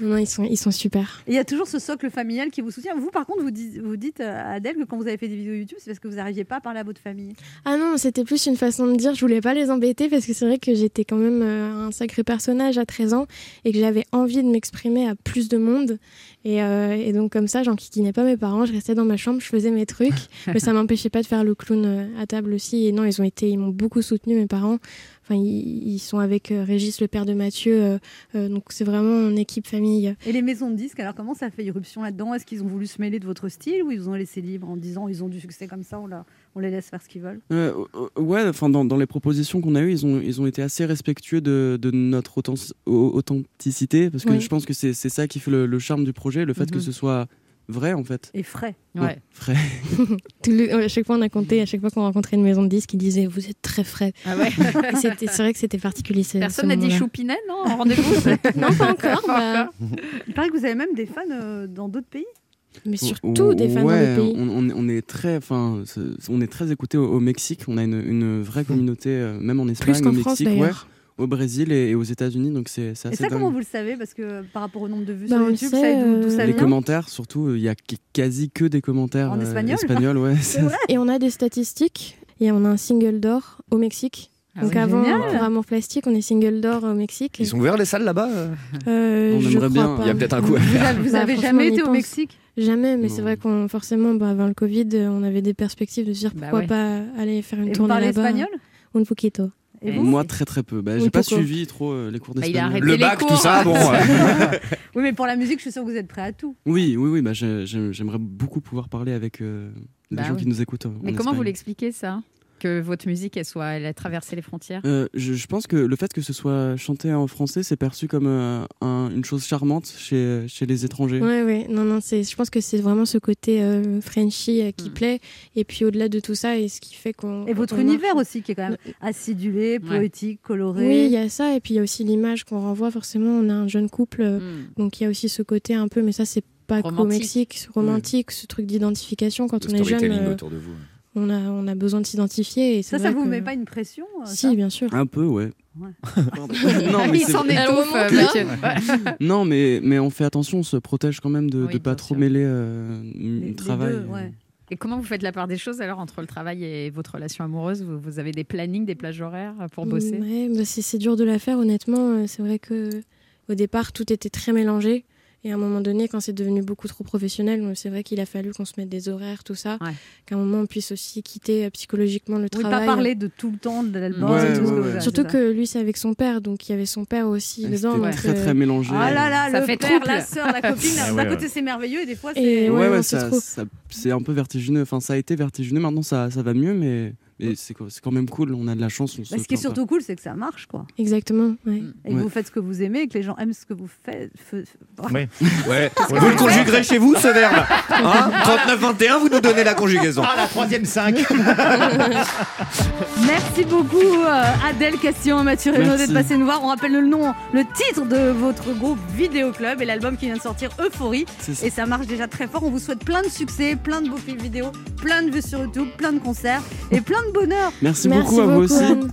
[SPEAKER 9] non, non, ils sont ils sont super.
[SPEAKER 3] Et il y a toujours ce socle familial qui vous soutient. Vous, par contre, vous, dis- vous dites euh, à Adèle que quand vous avez fait des vidéos YouTube, c'est parce que vous n'arriviez pas à parler à votre famille.
[SPEAKER 9] Ah non, c'était plus une façon de dire, je voulais pas les embêter parce que c'est vrai que j'étais quand même euh, un sacré personnage à 13 ans et que j'avais envie de m'exprimer à plus de monde. Et, euh, et donc comme ça, j'enquiquinais pas mes parents, je restais dans ma chambre, je faisais mes trucs, mais ça m'empêchait pas de faire le clown euh, à table aussi. Et non, ils ont été, ils m'ont beaucoup soutenu mes parents. Enfin, ils, ils sont avec euh, Régis, le père de Mathieu, euh, euh, donc c'est vraiment une équipe famille. euh,
[SPEAKER 3] Et les maisons de disques, alors comment ça fait irruption là-dedans Est-ce qu'ils ont voulu se mêler de votre style ou ils vous ont laissé libre en disant ils ont du succès comme ça, on, leur- on les laisse faire ce qu'ils veulent
[SPEAKER 8] Euh, euh, ouais, enfin, dans, dans les propositions qu'on a eues, ils ont, ils ont été assez respectueux de, de notre authent- au- authenticité, parce que
[SPEAKER 3] Oui.
[SPEAKER 8] je pense que c'est c'est ça qui fait le, le charme du projet, le fait que
[SPEAKER 3] Mhm.
[SPEAKER 8] ce soit vrai en fait.
[SPEAKER 3] Et frais.
[SPEAKER 8] Ouais, vrai.
[SPEAKER 9] Tout le- à chaque fois, on a compté, à chaque fois qu'on rencontrait une maison de disques, ils disaient Vous êtes très frais.
[SPEAKER 6] Ah ouais.
[SPEAKER 9] Et c'était- C'est vrai que c'était particulier. ce-
[SPEAKER 6] Personne
[SPEAKER 9] ce
[SPEAKER 6] n'a dit
[SPEAKER 9] moment-là.
[SPEAKER 6] Choupinet, non en Rendez-vous
[SPEAKER 9] Non, pas encore.
[SPEAKER 6] euh,
[SPEAKER 9] bah,
[SPEAKER 3] Il paraît que vous avez même des fans euh, dans d'autres pays.
[SPEAKER 9] Mais
[SPEAKER 8] Ou- ouais, On, on est- on est très, enfin, c'est- on est très écouté au, au Mexique. On a une, une vraie communauté, euh, même en Espagne,
[SPEAKER 9] qu'en
[SPEAKER 8] au
[SPEAKER 9] France,
[SPEAKER 8] Mexique, ouais,
[SPEAKER 9] d'ailleurs.
[SPEAKER 8] au Brésil et, et aux États-Unis. Donc c'est Oh, c'est
[SPEAKER 3] Et
[SPEAKER 8] assez
[SPEAKER 3] ça,
[SPEAKER 8] dingue.
[SPEAKER 3] comment vous le savez Parce que euh, par rapport au nombre de vues
[SPEAKER 9] Bah, on
[SPEAKER 3] sur
[SPEAKER 9] le
[SPEAKER 3] YouTube,
[SPEAKER 9] sait,
[SPEAKER 3] ça, d'où d'où ça
[SPEAKER 8] les
[SPEAKER 3] vient
[SPEAKER 8] commentaires, surtout, il y a qui- quasi que des commentaires
[SPEAKER 3] En
[SPEAKER 8] euh,
[SPEAKER 3] espagnol
[SPEAKER 8] espagnols, ouais. c'est-
[SPEAKER 9] Et on a des statistiques. Et on a un single d'or au Mexique.
[SPEAKER 6] Ah
[SPEAKER 9] Donc
[SPEAKER 6] oui,
[SPEAKER 9] avant,
[SPEAKER 6] génial.
[SPEAKER 9] pour Amour Plastique, on est single d'or au Mexique.
[SPEAKER 10] Ils sont ouverts les salles là-bas
[SPEAKER 9] Euh,
[SPEAKER 10] On
[SPEAKER 9] je
[SPEAKER 10] aimerait
[SPEAKER 9] crois
[SPEAKER 10] bien.
[SPEAKER 9] pas.
[SPEAKER 10] Il y a peut-être un coup à
[SPEAKER 3] Vous
[SPEAKER 10] faire.
[SPEAKER 3] avez, vous
[SPEAKER 9] Bah,
[SPEAKER 3] avez
[SPEAKER 9] franchement,
[SPEAKER 3] jamais
[SPEAKER 9] on y
[SPEAKER 3] été au
[SPEAKER 9] pense.
[SPEAKER 3] Mexique
[SPEAKER 9] Jamais, mais c'est vrai qu'on forcément, bah, avant le Covid, euh, on avait des perspectives de se dire
[SPEAKER 3] Bah
[SPEAKER 9] pourquoi
[SPEAKER 3] ouais.
[SPEAKER 9] pas aller faire une
[SPEAKER 3] Et vous
[SPEAKER 9] tournée
[SPEAKER 3] parlez
[SPEAKER 9] là-bas.
[SPEAKER 3] espagnol
[SPEAKER 9] Un poquito.
[SPEAKER 3] Et vous
[SPEAKER 8] Moi, très très peu. Bah,
[SPEAKER 9] Oui,
[SPEAKER 8] j'ai pas
[SPEAKER 9] pourquoi
[SPEAKER 8] suivi trop euh, les cours
[SPEAKER 6] Bah, il a
[SPEAKER 8] d'espagnol.
[SPEAKER 6] arrêté Le les bac, cours. tout ça, bon,
[SPEAKER 3] Oui, mais pour la musique, je suis sûre que vous êtes prêt à tout.
[SPEAKER 8] Oui, oui, oui. Bah, j'ai- j'ai- j'aimerais beaucoup pouvoir parler avec euh, les
[SPEAKER 6] Bah
[SPEAKER 8] gens
[SPEAKER 6] oui.
[SPEAKER 8] qui nous écoutent. hein, en-
[SPEAKER 6] Mais
[SPEAKER 8] en
[SPEAKER 6] comment vous
[SPEAKER 8] Espagne.
[SPEAKER 6] l'expliquez ça Que votre musique, elle soit, elle a traversé les frontières
[SPEAKER 8] Euh, je, je pense que le fait que ce soit chanté en français, c'est perçu comme euh, un- une chose charmante chez, chez les étrangers.
[SPEAKER 9] Ouais, ouais. Non, non, c'est, je pense que c'est vraiment ce côté euh, Frenchy euh,
[SPEAKER 10] Mm.
[SPEAKER 9] qui plaît. Et puis au-delà de tout ça, et ce qui fait qu'on.
[SPEAKER 3] Et votre
[SPEAKER 9] qu'on marche.
[SPEAKER 3] univers aussi, qui est quand même acidulé, poétique, coloré.
[SPEAKER 9] Oui, il y a ça, et puis il y a aussi l'image qu'on renvoie. Forcément, on a un jeune couple, euh,
[SPEAKER 10] Mm.
[SPEAKER 9] donc il y a aussi ce côté un peu, mais ça, c'est pas qu'au
[SPEAKER 6] Romantique.
[SPEAKER 9] Mexique, c'est romantique, ce truc d'identification quand
[SPEAKER 10] Le
[SPEAKER 9] on est jeune.
[SPEAKER 10] storytelling
[SPEAKER 9] euh,
[SPEAKER 10] autour de vous.
[SPEAKER 9] on, a, on a besoin de s'identifier. Et
[SPEAKER 3] Ça,
[SPEAKER 9] c'est
[SPEAKER 3] ça
[SPEAKER 9] vrai
[SPEAKER 3] vous
[SPEAKER 9] que-
[SPEAKER 3] met pas une pression euh, ça
[SPEAKER 9] Si, bien sûr.
[SPEAKER 8] Un peu, ouais.
[SPEAKER 9] Non, mais
[SPEAKER 6] Il
[SPEAKER 9] c'est
[SPEAKER 6] s'en
[SPEAKER 9] vrai.
[SPEAKER 6] étouffe,
[SPEAKER 9] Elle
[SPEAKER 6] euh,
[SPEAKER 9] remonte, là.
[SPEAKER 6] Mathieu.
[SPEAKER 8] hein. non, mais, mais on fait attention, on se protège quand même de ne
[SPEAKER 6] Oui,
[SPEAKER 8] pas
[SPEAKER 6] bien
[SPEAKER 8] trop
[SPEAKER 6] sûr.
[SPEAKER 8] mêler euh, m-
[SPEAKER 6] Les- les
[SPEAKER 8] travail. euh.
[SPEAKER 6] deux, ouais. Et comment vous faites la part des choses alors entre le travail et votre relation amoureuse vous, vous avez des plannings, des plages horaires pour bosser
[SPEAKER 9] Ouais, bah, c'est c'est dur de la faire, honnêtement. Euh, C'est vrai que au départ, tout était très mélangé. Et à un moment donné, quand c'est devenu beaucoup trop professionnel, euh, c'est vrai qu'il a fallu qu'on se mette des horaires, tout ça. Qu'à un moment, on puisse aussi quitter euh, psychologiquement le
[SPEAKER 3] Oui, pas
[SPEAKER 9] travail.
[SPEAKER 3] parler de tout le temps de l'album.
[SPEAKER 8] Ouais,
[SPEAKER 3] et tout ce
[SPEAKER 8] ouais,
[SPEAKER 3] que vous
[SPEAKER 8] ouais.
[SPEAKER 3] avez,
[SPEAKER 9] Surtout
[SPEAKER 3] c'est ça.
[SPEAKER 9] que lui, c'est avec son père, donc il y avait son père aussi
[SPEAKER 8] Et
[SPEAKER 9] dedans.
[SPEAKER 8] c'était
[SPEAKER 9] donc,
[SPEAKER 8] très,
[SPEAKER 9] euh,
[SPEAKER 8] très mélangé.
[SPEAKER 3] Ah là là,
[SPEAKER 6] Ça
[SPEAKER 3] le
[SPEAKER 6] fait
[SPEAKER 3] père,
[SPEAKER 6] trouble.
[SPEAKER 3] la sœur, la copine.
[SPEAKER 8] Ah
[SPEAKER 3] D'un
[SPEAKER 8] ouais, ouais.
[SPEAKER 3] côté, c'est merveilleux et des fois,
[SPEAKER 9] Et
[SPEAKER 3] c'est.
[SPEAKER 9] ouais,
[SPEAKER 8] ouais,
[SPEAKER 9] on se
[SPEAKER 8] ça,
[SPEAKER 9] trouve.
[SPEAKER 8] ça- c'est un peu vertigineux. Enfin, ça a été vertigineux. Maintenant, ça, ça va mieux, mais, Mais c'est quoi- c'est quand même cool, on a de la chance. On
[SPEAKER 3] Bah, ce qui est surtout cool, c'est que ça marche, quoi. Mm.
[SPEAKER 9] Exactement.
[SPEAKER 3] Et que
[SPEAKER 8] Ouais.
[SPEAKER 3] vous faites ce que vous aimez et que les gens aiment ce que vous faites. fe- fe-
[SPEAKER 4] Ouais. Vous le conjuguerez chez vous, ce verbe hein 39-21, vous nous donnez la conjugaison.
[SPEAKER 11] Ah, la troisième 5
[SPEAKER 3] Merci beaucoup euh, Adèle Castillon et Mathieu Renaud
[SPEAKER 11] Merci.
[SPEAKER 3] d'être passés nous voir. On rappelle le nom, le titre de votre groupe Vidéo Club et l'album qui vient de sortir Euphorie.
[SPEAKER 15] C'est ça.
[SPEAKER 3] Et ça marche déjà très fort. On vous souhaite plein de succès, plein de beaux films vidéo, plein de vues sur YouTube, plein de concerts et plein de bonheur.
[SPEAKER 8] Merci Merci beaucoup à vous beaucoup, aussi. Anne.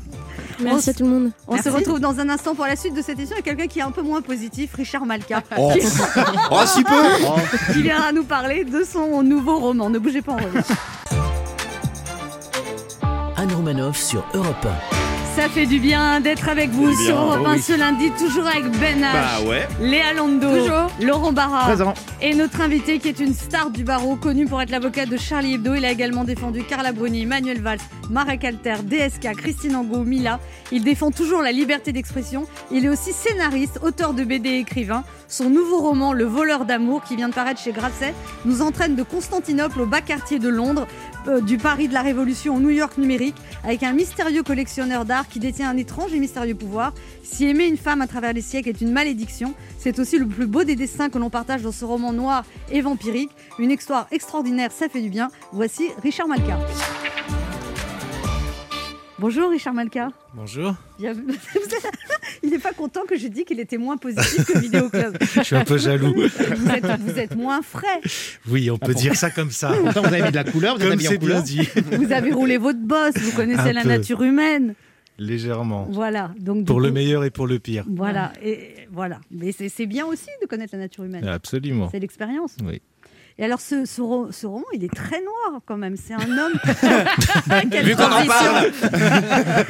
[SPEAKER 9] Merci à tout le monde.
[SPEAKER 3] On se retrouve dans un instant pour la suite de cette émission avec quelqu'un qui est un peu moins positif, Richard Malka.
[SPEAKER 10] Oh.
[SPEAKER 3] Qui-
[SPEAKER 10] Oh, si
[SPEAKER 3] Ah.
[SPEAKER 10] peu. Oh.
[SPEAKER 3] Qui viendra nous parler de son nouveau roman. Ne bougez pas en revanche.
[SPEAKER 2] Anne Romanoff sur Europe
[SPEAKER 3] Ça fait du bien d'être avec vous
[SPEAKER 2] Eh bien,
[SPEAKER 3] sur Europe
[SPEAKER 2] oh
[SPEAKER 3] 1
[SPEAKER 2] oui.
[SPEAKER 3] ce lundi, toujours avec Ben H,
[SPEAKER 2] Bah ouais.
[SPEAKER 3] Léa Lando,
[SPEAKER 2] Toujours.
[SPEAKER 3] Laurent Barra
[SPEAKER 2] Présent.
[SPEAKER 3] et notre invité qui est une star du barreau, connue pour être l'avocate de Charlie Hebdo. Il a également défendu Carla Bruni, Manuel Valls, Marek Alter, DSK, Christine Angot, Mila. Il défend toujours la liberté d'expression. Il est aussi scénariste, auteur de BD et écrivain. Son nouveau roman, Le voleur d'amour, qui vient de paraître chez Grasset, nous entraîne de Constantinople au bas quartier de Londres, euh, du Paris de la Révolution au New York numérique, avec un mystérieux collectionneur d'art qui détient un étrange et mystérieux pouvoir. Si aimer une femme à travers les siècles est une malédiction, c'est aussi le plus beau des dessins que l'on partage dans ce roman noir et vampirique. Une histoire extraordinaire, ça fait du bien. Voici Richard Malka. Bonjour Richard Malka.
[SPEAKER 16] Bonjour.
[SPEAKER 3] Bienvenue. Il n'est pas content que j'ai dit qu'il était moins positif que Vidéo Club.
[SPEAKER 16] Je suis un peu jaloux.
[SPEAKER 3] Vous êtes, vous êtes moins frais.
[SPEAKER 16] Oui, on peut
[SPEAKER 11] pour-
[SPEAKER 16] dire ça comme ça.
[SPEAKER 11] Pourtant, Ah vous avez mis de la couleur, vous êtes
[SPEAKER 16] Comme
[SPEAKER 11] habillé en
[SPEAKER 16] c'est bien
[SPEAKER 11] couleur.
[SPEAKER 16] dit.
[SPEAKER 3] Vous avez roulé votre bosse, vous connaissez
[SPEAKER 16] Un
[SPEAKER 3] la
[SPEAKER 16] peu.
[SPEAKER 3] nature humaine.
[SPEAKER 16] Légèrement.
[SPEAKER 3] Voilà. Donc, du
[SPEAKER 16] Pour le
[SPEAKER 3] coup,
[SPEAKER 16] meilleur et pour le pire.
[SPEAKER 3] Voilà. Et voilà. Mais c'est c'est bien aussi de connaître la nature humaine.
[SPEAKER 16] Absolument.
[SPEAKER 3] C'est l'expérience.
[SPEAKER 16] Oui.
[SPEAKER 3] Et alors, ce, ce, ro- ce roman, il est très noir quand même. C'est un homme. Quelle
[SPEAKER 10] Vu qu'on en
[SPEAKER 3] transition.
[SPEAKER 10] parle.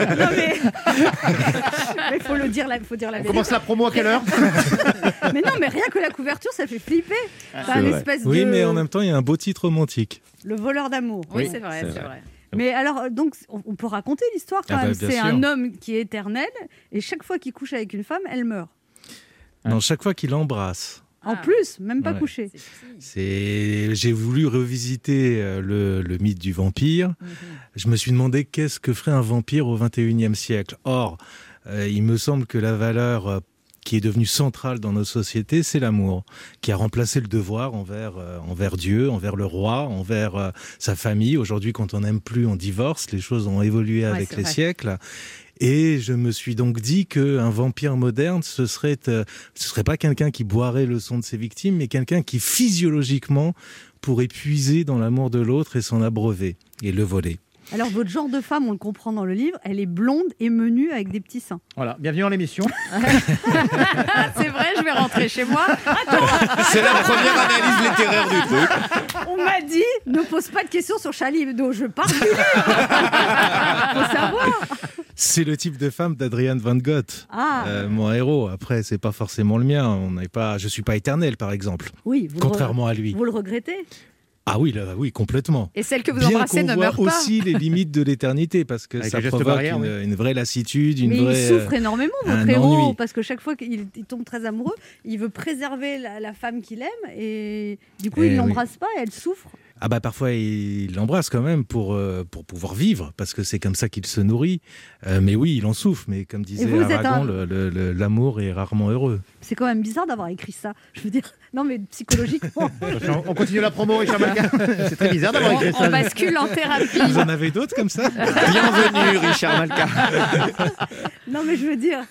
[SPEAKER 3] Non, mais. Mais faut le dire, la- faut dire la
[SPEAKER 11] On
[SPEAKER 3] vérité.
[SPEAKER 11] commence la promo à quelle heure
[SPEAKER 3] Mais non, mais rien que la couverture, ça fait flipper. T'as un espèce
[SPEAKER 16] Ah. Oui,
[SPEAKER 3] de.
[SPEAKER 16] mais en même temps, il y a un beau titre romantique.
[SPEAKER 3] Le voleur d'amour.
[SPEAKER 16] Oui, Oui, c'est vrai, c'est c'est vrai. vrai.
[SPEAKER 3] Mais alors, euh, donc, on on peut raconter l'histoire quand
[SPEAKER 16] Ah bah,
[SPEAKER 3] même.
[SPEAKER 16] bien
[SPEAKER 3] C'est
[SPEAKER 16] sûr.
[SPEAKER 3] un homme qui est éternel et chaque fois qu'il couche avec une femme, elle meurt.
[SPEAKER 6] Hein
[SPEAKER 16] Non, chaque fois qu'il embrasse.
[SPEAKER 3] En plus, même pas
[SPEAKER 16] Ouais.
[SPEAKER 3] couchée.
[SPEAKER 16] C'est... J'ai voulu revisiter euh, le, le mythe du vampire.
[SPEAKER 17] Mhm.
[SPEAKER 16] Je me suis demandé qu'est-ce que ferait un vampire au XXIe siècle. Or, euh, il me semble que la valeur euh, qui est devenue centrale dans nos sociétés, c'est l'amour, qui a remplacé le devoir envers, euh, envers Dieu, envers le roi, envers euh, sa famille. Aujourd'hui, quand on n'aime plus, on divorce. Les choses ont évolué
[SPEAKER 17] Ouais,
[SPEAKER 16] avec
[SPEAKER 17] c'est
[SPEAKER 16] les
[SPEAKER 17] vrai.
[SPEAKER 16] siècles. Et je me suis donc dit qu'un vampire moderne, ce serait, euh, ce serait pas quelqu'un qui boirait le sang de ses victimes, mais quelqu'un qui physiologiquement pourrait puiser dans l'amour de l'autre et s'en abreuver et le voler.
[SPEAKER 3] Alors, votre genre de femme, on le comprend dans le livre, elle est blonde et menue avec des petits seins.
[SPEAKER 11] Voilà, bienvenue dans l'émission.
[SPEAKER 3] C'est vrai, je vais rentrer chez moi.
[SPEAKER 10] C'est la première analyse littéraire du truc.
[SPEAKER 3] On m'a dit, ne pose pas de questions sur Charlie Hebdo. Je parle du livre. Faut savoir.
[SPEAKER 16] C'est le type de femme d'Adrian Van Gogh,
[SPEAKER 3] Ah.
[SPEAKER 16] euh, mon héros. Après, c'est pas forcément le mien. On n'est pas, je suis pas éternel, par exemple.
[SPEAKER 3] Oui, vous le re-
[SPEAKER 16] Contrairement à lui.
[SPEAKER 3] Vous le regrettez
[SPEAKER 16] Ah oui, là, oui, complètement.
[SPEAKER 6] Et celle que vous
[SPEAKER 16] Bien
[SPEAKER 6] embrassez
[SPEAKER 16] qu'on
[SPEAKER 6] ne
[SPEAKER 16] voit
[SPEAKER 6] meurt pas.
[SPEAKER 16] aussi les limites de l'éternité, parce que
[SPEAKER 11] Avec
[SPEAKER 16] ça
[SPEAKER 11] les gestes
[SPEAKER 16] provoque
[SPEAKER 11] barrières,
[SPEAKER 16] une, une vraie lassitude, une
[SPEAKER 3] Mais
[SPEAKER 16] vraie.
[SPEAKER 3] il
[SPEAKER 16] euh,
[SPEAKER 3] souffre énormément, votre
[SPEAKER 16] un
[SPEAKER 3] héros,
[SPEAKER 16] ennui.
[SPEAKER 3] parce que chaque fois qu'il il tombe très amoureux, il veut préserver la, la femme qu'il aime et du coup,
[SPEAKER 16] Eh
[SPEAKER 3] il
[SPEAKER 16] oui.
[SPEAKER 3] l'embrasse pas et elle souffre.
[SPEAKER 16] Ah bah parfois il l'embrasse quand même pour, euh, pour pouvoir vivre, parce que c'est comme ça qu'il se nourrit. Euh, mais oui, il en souffre, mais comme disait
[SPEAKER 3] vous, vous êtes
[SPEAKER 16] Aragon,
[SPEAKER 3] un-
[SPEAKER 16] le- le- le- l'amour est rarement heureux.
[SPEAKER 3] C'est quand même bizarre d'avoir écrit ça. Je veux dire, non, mais psychologiquement.
[SPEAKER 11] On continue la promo, Richard Malka. C'est très bizarre d'avoir écrit ça.
[SPEAKER 16] Vous en avez d'autres comme ça
[SPEAKER 10] Bienvenue, Richard Malka.
[SPEAKER 3] non, mais je veux dire,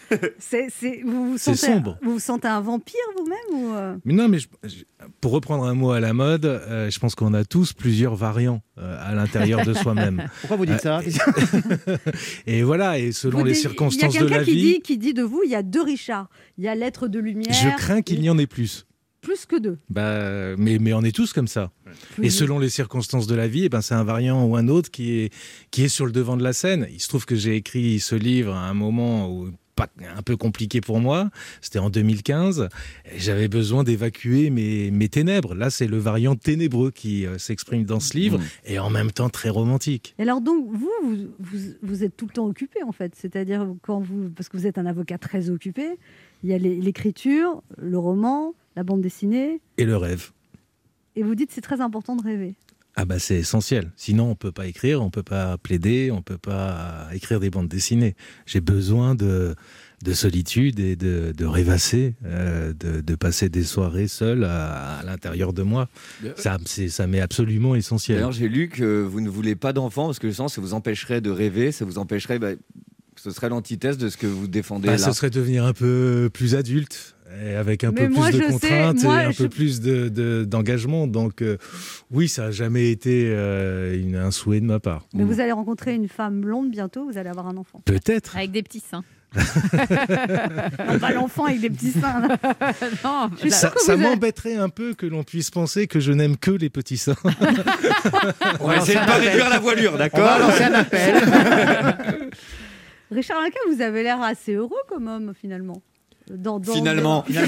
[SPEAKER 3] c'est, c'est- vous, vous
[SPEAKER 16] C'est
[SPEAKER 3] sentez,
[SPEAKER 16] sombre.
[SPEAKER 3] vous vous sentez un vampire vous-même ou euh,
[SPEAKER 16] Mais non, mais je- je- pour reprendre un mot à la mode, euh, je pense qu'on a tous plusieurs variants euh, à l'intérieur de soi-même. Euh,
[SPEAKER 11] Pourquoi vous dites ça
[SPEAKER 16] Et voilà, et selon
[SPEAKER 3] vous
[SPEAKER 16] les
[SPEAKER 3] dites-
[SPEAKER 16] circonstances
[SPEAKER 3] Il y a
[SPEAKER 16] de
[SPEAKER 3] quelqu'un
[SPEAKER 16] la
[SPEAKER 3] qui,
[SPEAKER 16] vie,
[SPEAKER 3] dit, qui dit de vous, il y a deux Richards. Il y a l'être de lumière.
[SPEAKER 16] je crains qu'il n'y en ait plus.
[SPEAKER 3] Plus que deux.
[SPEAKER 16] Bah, mais, mais on est tous comme ça.
[SPEAKER 3] Plus
[SPEAKER 16] Et
[SPEAKER 3] de-
[SPEAKER 16] selon les circonstances de la vie, eh ben, c'est un variant ou un autre qui est, qui est sur le devant de la scène. Il se trouve que j'ai écrit ce livre à un moment où pas- un peu compliqué pour moi, c'était en 2015, et j'avais besoin d'évacuer mes, mes ténèbres. Là, c'est le variant ténébreux qui euh, s'exprime dans ce livre, et en même temps très romantique.
[SPEAKER 3] Et alors donc vous, vous, vous- vous êtes tout le temps occupé en fait, c'est-à-dire quand vous, parce que vous êtes un avocat très occupé, il y a les- l'écriture, le roman, la bande dessinée,
[SPEAKER 16] Et le rêve.
[SPEAKER 3] et vous dites c'est très important de rêver.
[SPEAKER 16] Ah bah c'est essentiel. Sinon on peut pas écrire, on peut pas plaider, on peut pas écrire des bandes dessinées. J'ai besoin de, de solitude et de, de rêvasser, euh, de, de passer des soirées seul à, à l'intérieur de moi. Ça c'est- ça m'est absolument essentiel.
[SPEAKER 10] Euh, D'ailleurs, j'ai lu que vous ne voulez pas d'enfants parce que je sens que ça vous empêcherait de rêver, ça vous empêcherait. bah, ce serait l'antithèse de ce que vous défendez
[SPEAKER 16] Bah,
[SPEAKER 10] là.
[SPEAKER 16] ce serait devenir un peu plus adulte, et avec un
[SPEAKER 3] Mais
[SPEAKER 16] peu
[SPEAKER 3] moi,
[SPEAKER 16] plus de
[SPEAKER 3] je sais,
[SPEAKER 16] contraintes
[SPEAKER 3] moi,
[SPEAKER 16] et un
[SPEAKER 3] je-
[SPEAKER 16] peu plus de- de- d'engagement. Donc, euh, oui, ça n'a jamais été euh, une- un souhait de ma part.
[SPEAKER 3] Mais vous allez rencontrer une femme blonde bientôt, vous allez avoir un enfant.
[SPEAKER 16] Peut-être.
[SPEAKER 6] Avec des petits seins.
[SPEAKER 3] Non, pas l'enfant avec des petits seins. là. Je suis
[SPEAKER 16] Ça,
[SPEAKER 3] sûre que
[SPEAKER 16] ça
[SPEAKER 3] vous allez-
[SPEAKER 16] m'embêterait un peu que l'on puisse penser que je n'aime que les petits seins.
[SPEAKER 10] On va essayer de pas réduire la voilure, d'accord
[SPEAKER 3] Richard Lacan, vous avez l'air assez heureux comme homme finalement. Dans- dans-
[SPEAKER 10] Finalement.
[SPEAKER 11] euh,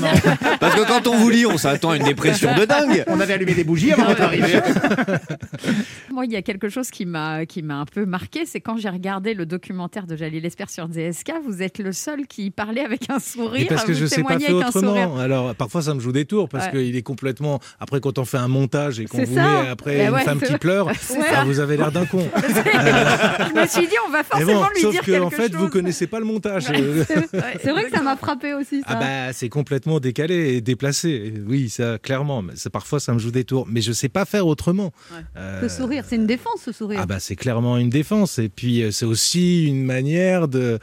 [SPEAKER 10] Parce que quand on vous lit, on s'attend à une dépression de dingue.
[SPEAKER 11] On avait allumé des bougies avant votre arrivée.
[SPEAKER 6] Moi, il y a quelque chose qui m'a qui m'a un peu marqué, c'est quand j'ai regardé le documentaire de Jalil Esper sur DSK, vous êtes le seul qui parlait avec un
[SPEAKER 16] Et
[SPEAKER 6] sourire,
[SPEAKER 16] parce que
[SPEAKER 6] vous
[SPEAKER 16] je sais pas
[SPEAKER 6] témoignez
[SPEAKER 16] faire
[SPEAKER 6] avec un sourire.
[SPEAKER 16] autrement. Alors parfois ça me joue des tours parce
[SPEAKER 6] Ouais.
[SPEAKER 16] qu'il est complètement. Après quand on fait un montage et qu'on
[SPEAKER 6] C'est
[SPEAKER 16] vous
[SPEAKER 6] ça.
[SPEAKER 16] met après
[SPEAKER 6] Mais
[SPEAKER 16] une
[SPEAKER 6] ouais,
[SPEAKER 16] femme
[SPEAKER 6] c'est
[SPEAKER 16] qui
[SPEAKER 6] vrai.
[SPEAKER 16] pleure,
[SPEAKER 6] C'est
[SPEAKER 16] bah,
[SPEAKER 6] ça.
[SPEAKER 16] vous avez l'air d'un con.
[SPEAKER 6] Je me suis dit, on va
[SPEAKER 16] Mais
[SPEAKER 6] forcément
[SPEAKER 16] bon,
[SPEAKER 6] lui
[SPEAKER 16] sauf
[SPEAKER 6] dire
[SPEAKER 16] que
[SPEAKER 6] quelque
[SPEAKER 16] en fait
[SPEAKER 6] chose.
[SPEAKER 16] vous connaissez pas le montage.
[SPEAKER 3] C'est vrai que ça m'a frappé aussi. Ça.
[SPEAKER 16] Ah bah c'est complètement décalé et déplacé. Oui ça clairement. Mais c'est- parfois ça me joue des tours. Mais je sais pas faire autrement. Euh,
[SPEAKER 3] Ce sourire, c'est une défense ce sourire.
[SPEAKER 16] Ah bah c'est clairement une défense et puis euh, c'est aussi une manière de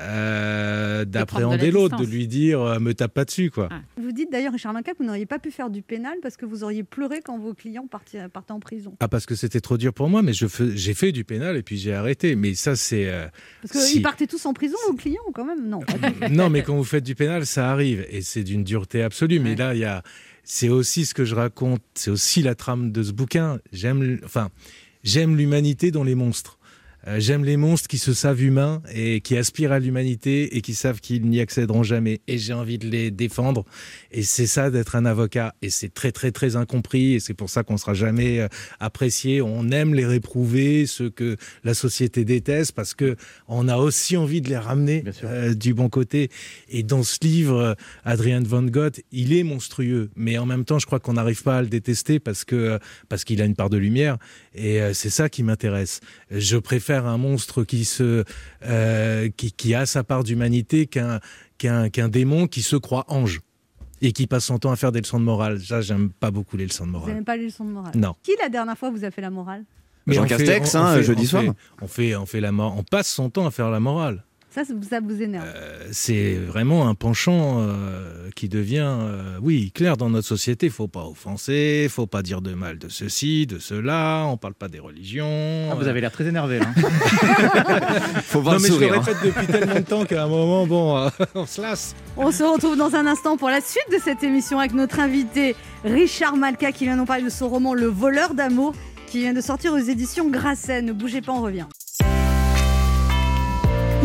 [SPEAKER 16] euh, d'appréhender l'autre, de
[SPEAKER 3] distance.
[SPEAKER 16] lui dire euh, me tape pas dessus quoi.
[SPEAKER 3] Vous dites d'ailleurs, Richard Lacan, que vous n'auriez pas pu faire du pénal parce que vous auriez pleuré quand vos clients parti- partaient en prison.
[SPEAKER 16] Ah parce que c'était trop dur pour moi, mais je fais- j'ai fait du pénal et puis j'ai arrêté. Mais ça c'est euh,
[SPEAKER 3] Parce qu'ils
[SPEAKER 16] si.
[SPEAKER 3] partaient tous en prison, vos clients, quand même Non. pas du tout.
[SPEAKER 16] non mais quand vous faites du pénal ça arrive et c'est d'une dureté absolue. Mais là il y a c'est aussi ce que je raconte, c'est aussi la trame de ce bouquin. J'aime l- enfin j'aime l'humanité dans les monstres. Euh, J'aime les monstres qui se savent humains et qui aspirent à l'humanité et qui savent qu'ils n'y accéderont jamais. Et j'ai envie de les défendre. Et c'est ça d'être un avocat. Et c'est très, très, très incompris. Et c'est pour ça qu'on sera jamais euh, apprécié. On aime les réprouver, ceux que la société déteste, parce que on a aussi envie de les ramener euh, du bon côté. Et dans ce livre, euh, Adrien Van Gogh, il est monstrueux. Mais en même temps, je crois qu'on n'arrive pas à le détester parce que, euh, parce qu'il a une part de lumière. Et euh, c'est ça qui m'intéresse. Je préfère un monstre qui se, euh, qui, qui a sa part d'humanité qu'un, qu'un, qu'un démon qui se croit ange et qui passe son temps à faire des leçons de morale. Ça, j'aime pas beaucoup les leçons de
[SPEAKER 3] Vous
[SPEAKER 16] morale.
[SPEAKER 3] n'avez pas les leçons de morale.
[SPEAKER 16] Non.
[SPEAKER 3] Qui la dernière fois vous a fait la morale
[SPEAKER 10] Jean
[SPEAKER 16] on fait-
[SPEAKER 10] Castex, hein, jeudi
[SPEAKER 16] on
[SPEAKER 10] soir.
[SPEAKER 16] fait- on fait, on fait la mor- on passe son temps à faire la morale.
[SPEAKER 3] Ça, ça- ça vous énerve.
[SPEAKER 16] C'est vraiment un penchant euh, qui devient, euh, oui, clair dans notre société. Faut pas offenser, faut pas dire de mal de ceci, de cela. On parle pas des religions.
[SPEAKER 11] Ah, vous avez l'air très énervé. Là. hein.
[SPEAKER 10] Faut
[SPEAKER 11] voir
[SPEAKER 16] non,
[SPEAKER 11] le
[SPEAKER 16] mais
[SPEAKER 11] sourire,
[SPEAKER 16] Je
[SPEAKER 11] hein.
[SPEAKER 16] le répète depuis tellement de temps qu'à un moment, bon, euh, on se lasse.
[SPEAKER 3] On se retrouve dans un instant pour la suite de cette émission avec notre invité Richard Malka qui vient nous parler de son roman Le voleur d'amour qui vient de sortir aux éditions Grasset. Ne bougez pas, on revient.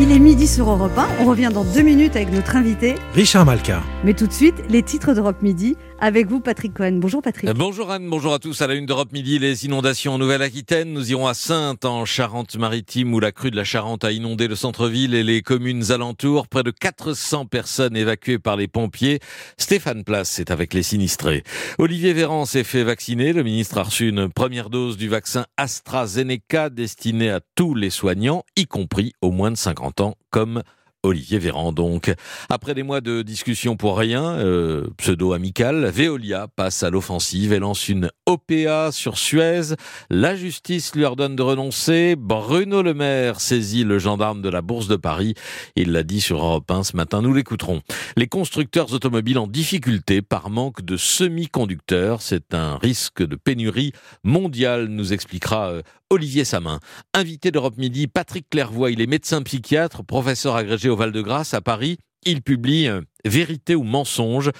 [SPEAKER 3] Il est midi sur Europe 1. On revient dans deux minutes avec notre invité.
[SPEAKER 16] Richard Malka.
[SPEAKER 3] Mais tout de suite, les titres d'Europe Midi avec vous, Patrick Cohen. Bonjour, Patrick.
[SPEAKER 15] Euh, Bonjour Anne, bonjour à tous. À la une d'Europe Midi, les inondations en Nouvelle-Aquitaine. Nous irons à Sainte, en Charente-Maritime, où la crue de la Charente a inondé le centre-ville et les communes alentours. Près de 400 personnes évacuées par les pompiers. Stéphane Place est avec les sinistrés. Olivier Véran s'est fait vacciner. Le ministre a reçu une première dose du vaccin AstraZeneca destiné à tous les soignants, y compris aux moins de 50 ans, comme Olivier Véran, donc. Après des mois de discussion pour rien, euh, pseudo-amicale, Veolia passe à l'offensive et lance une OPA sur Suez. La justice lui ordonne de renoncer. Bruno Le Maire saisit le gendarme de la Bourse de Paris. Il l'a dit sur Europe 1 ce matin. Nous l'écouterons. Les constructeurs automobiles en difficulté par manque de semi-conducteurs. C'est un risque de pénurie mondiale, nous expliquera euh, Olivier Samin. Invité d'Europe Midi, Patrick Clairvoy, il est médecin psychiatre, professeur agrégé au Val-de-Grâce à Paris. Il publie euh, Vérité ou mensonge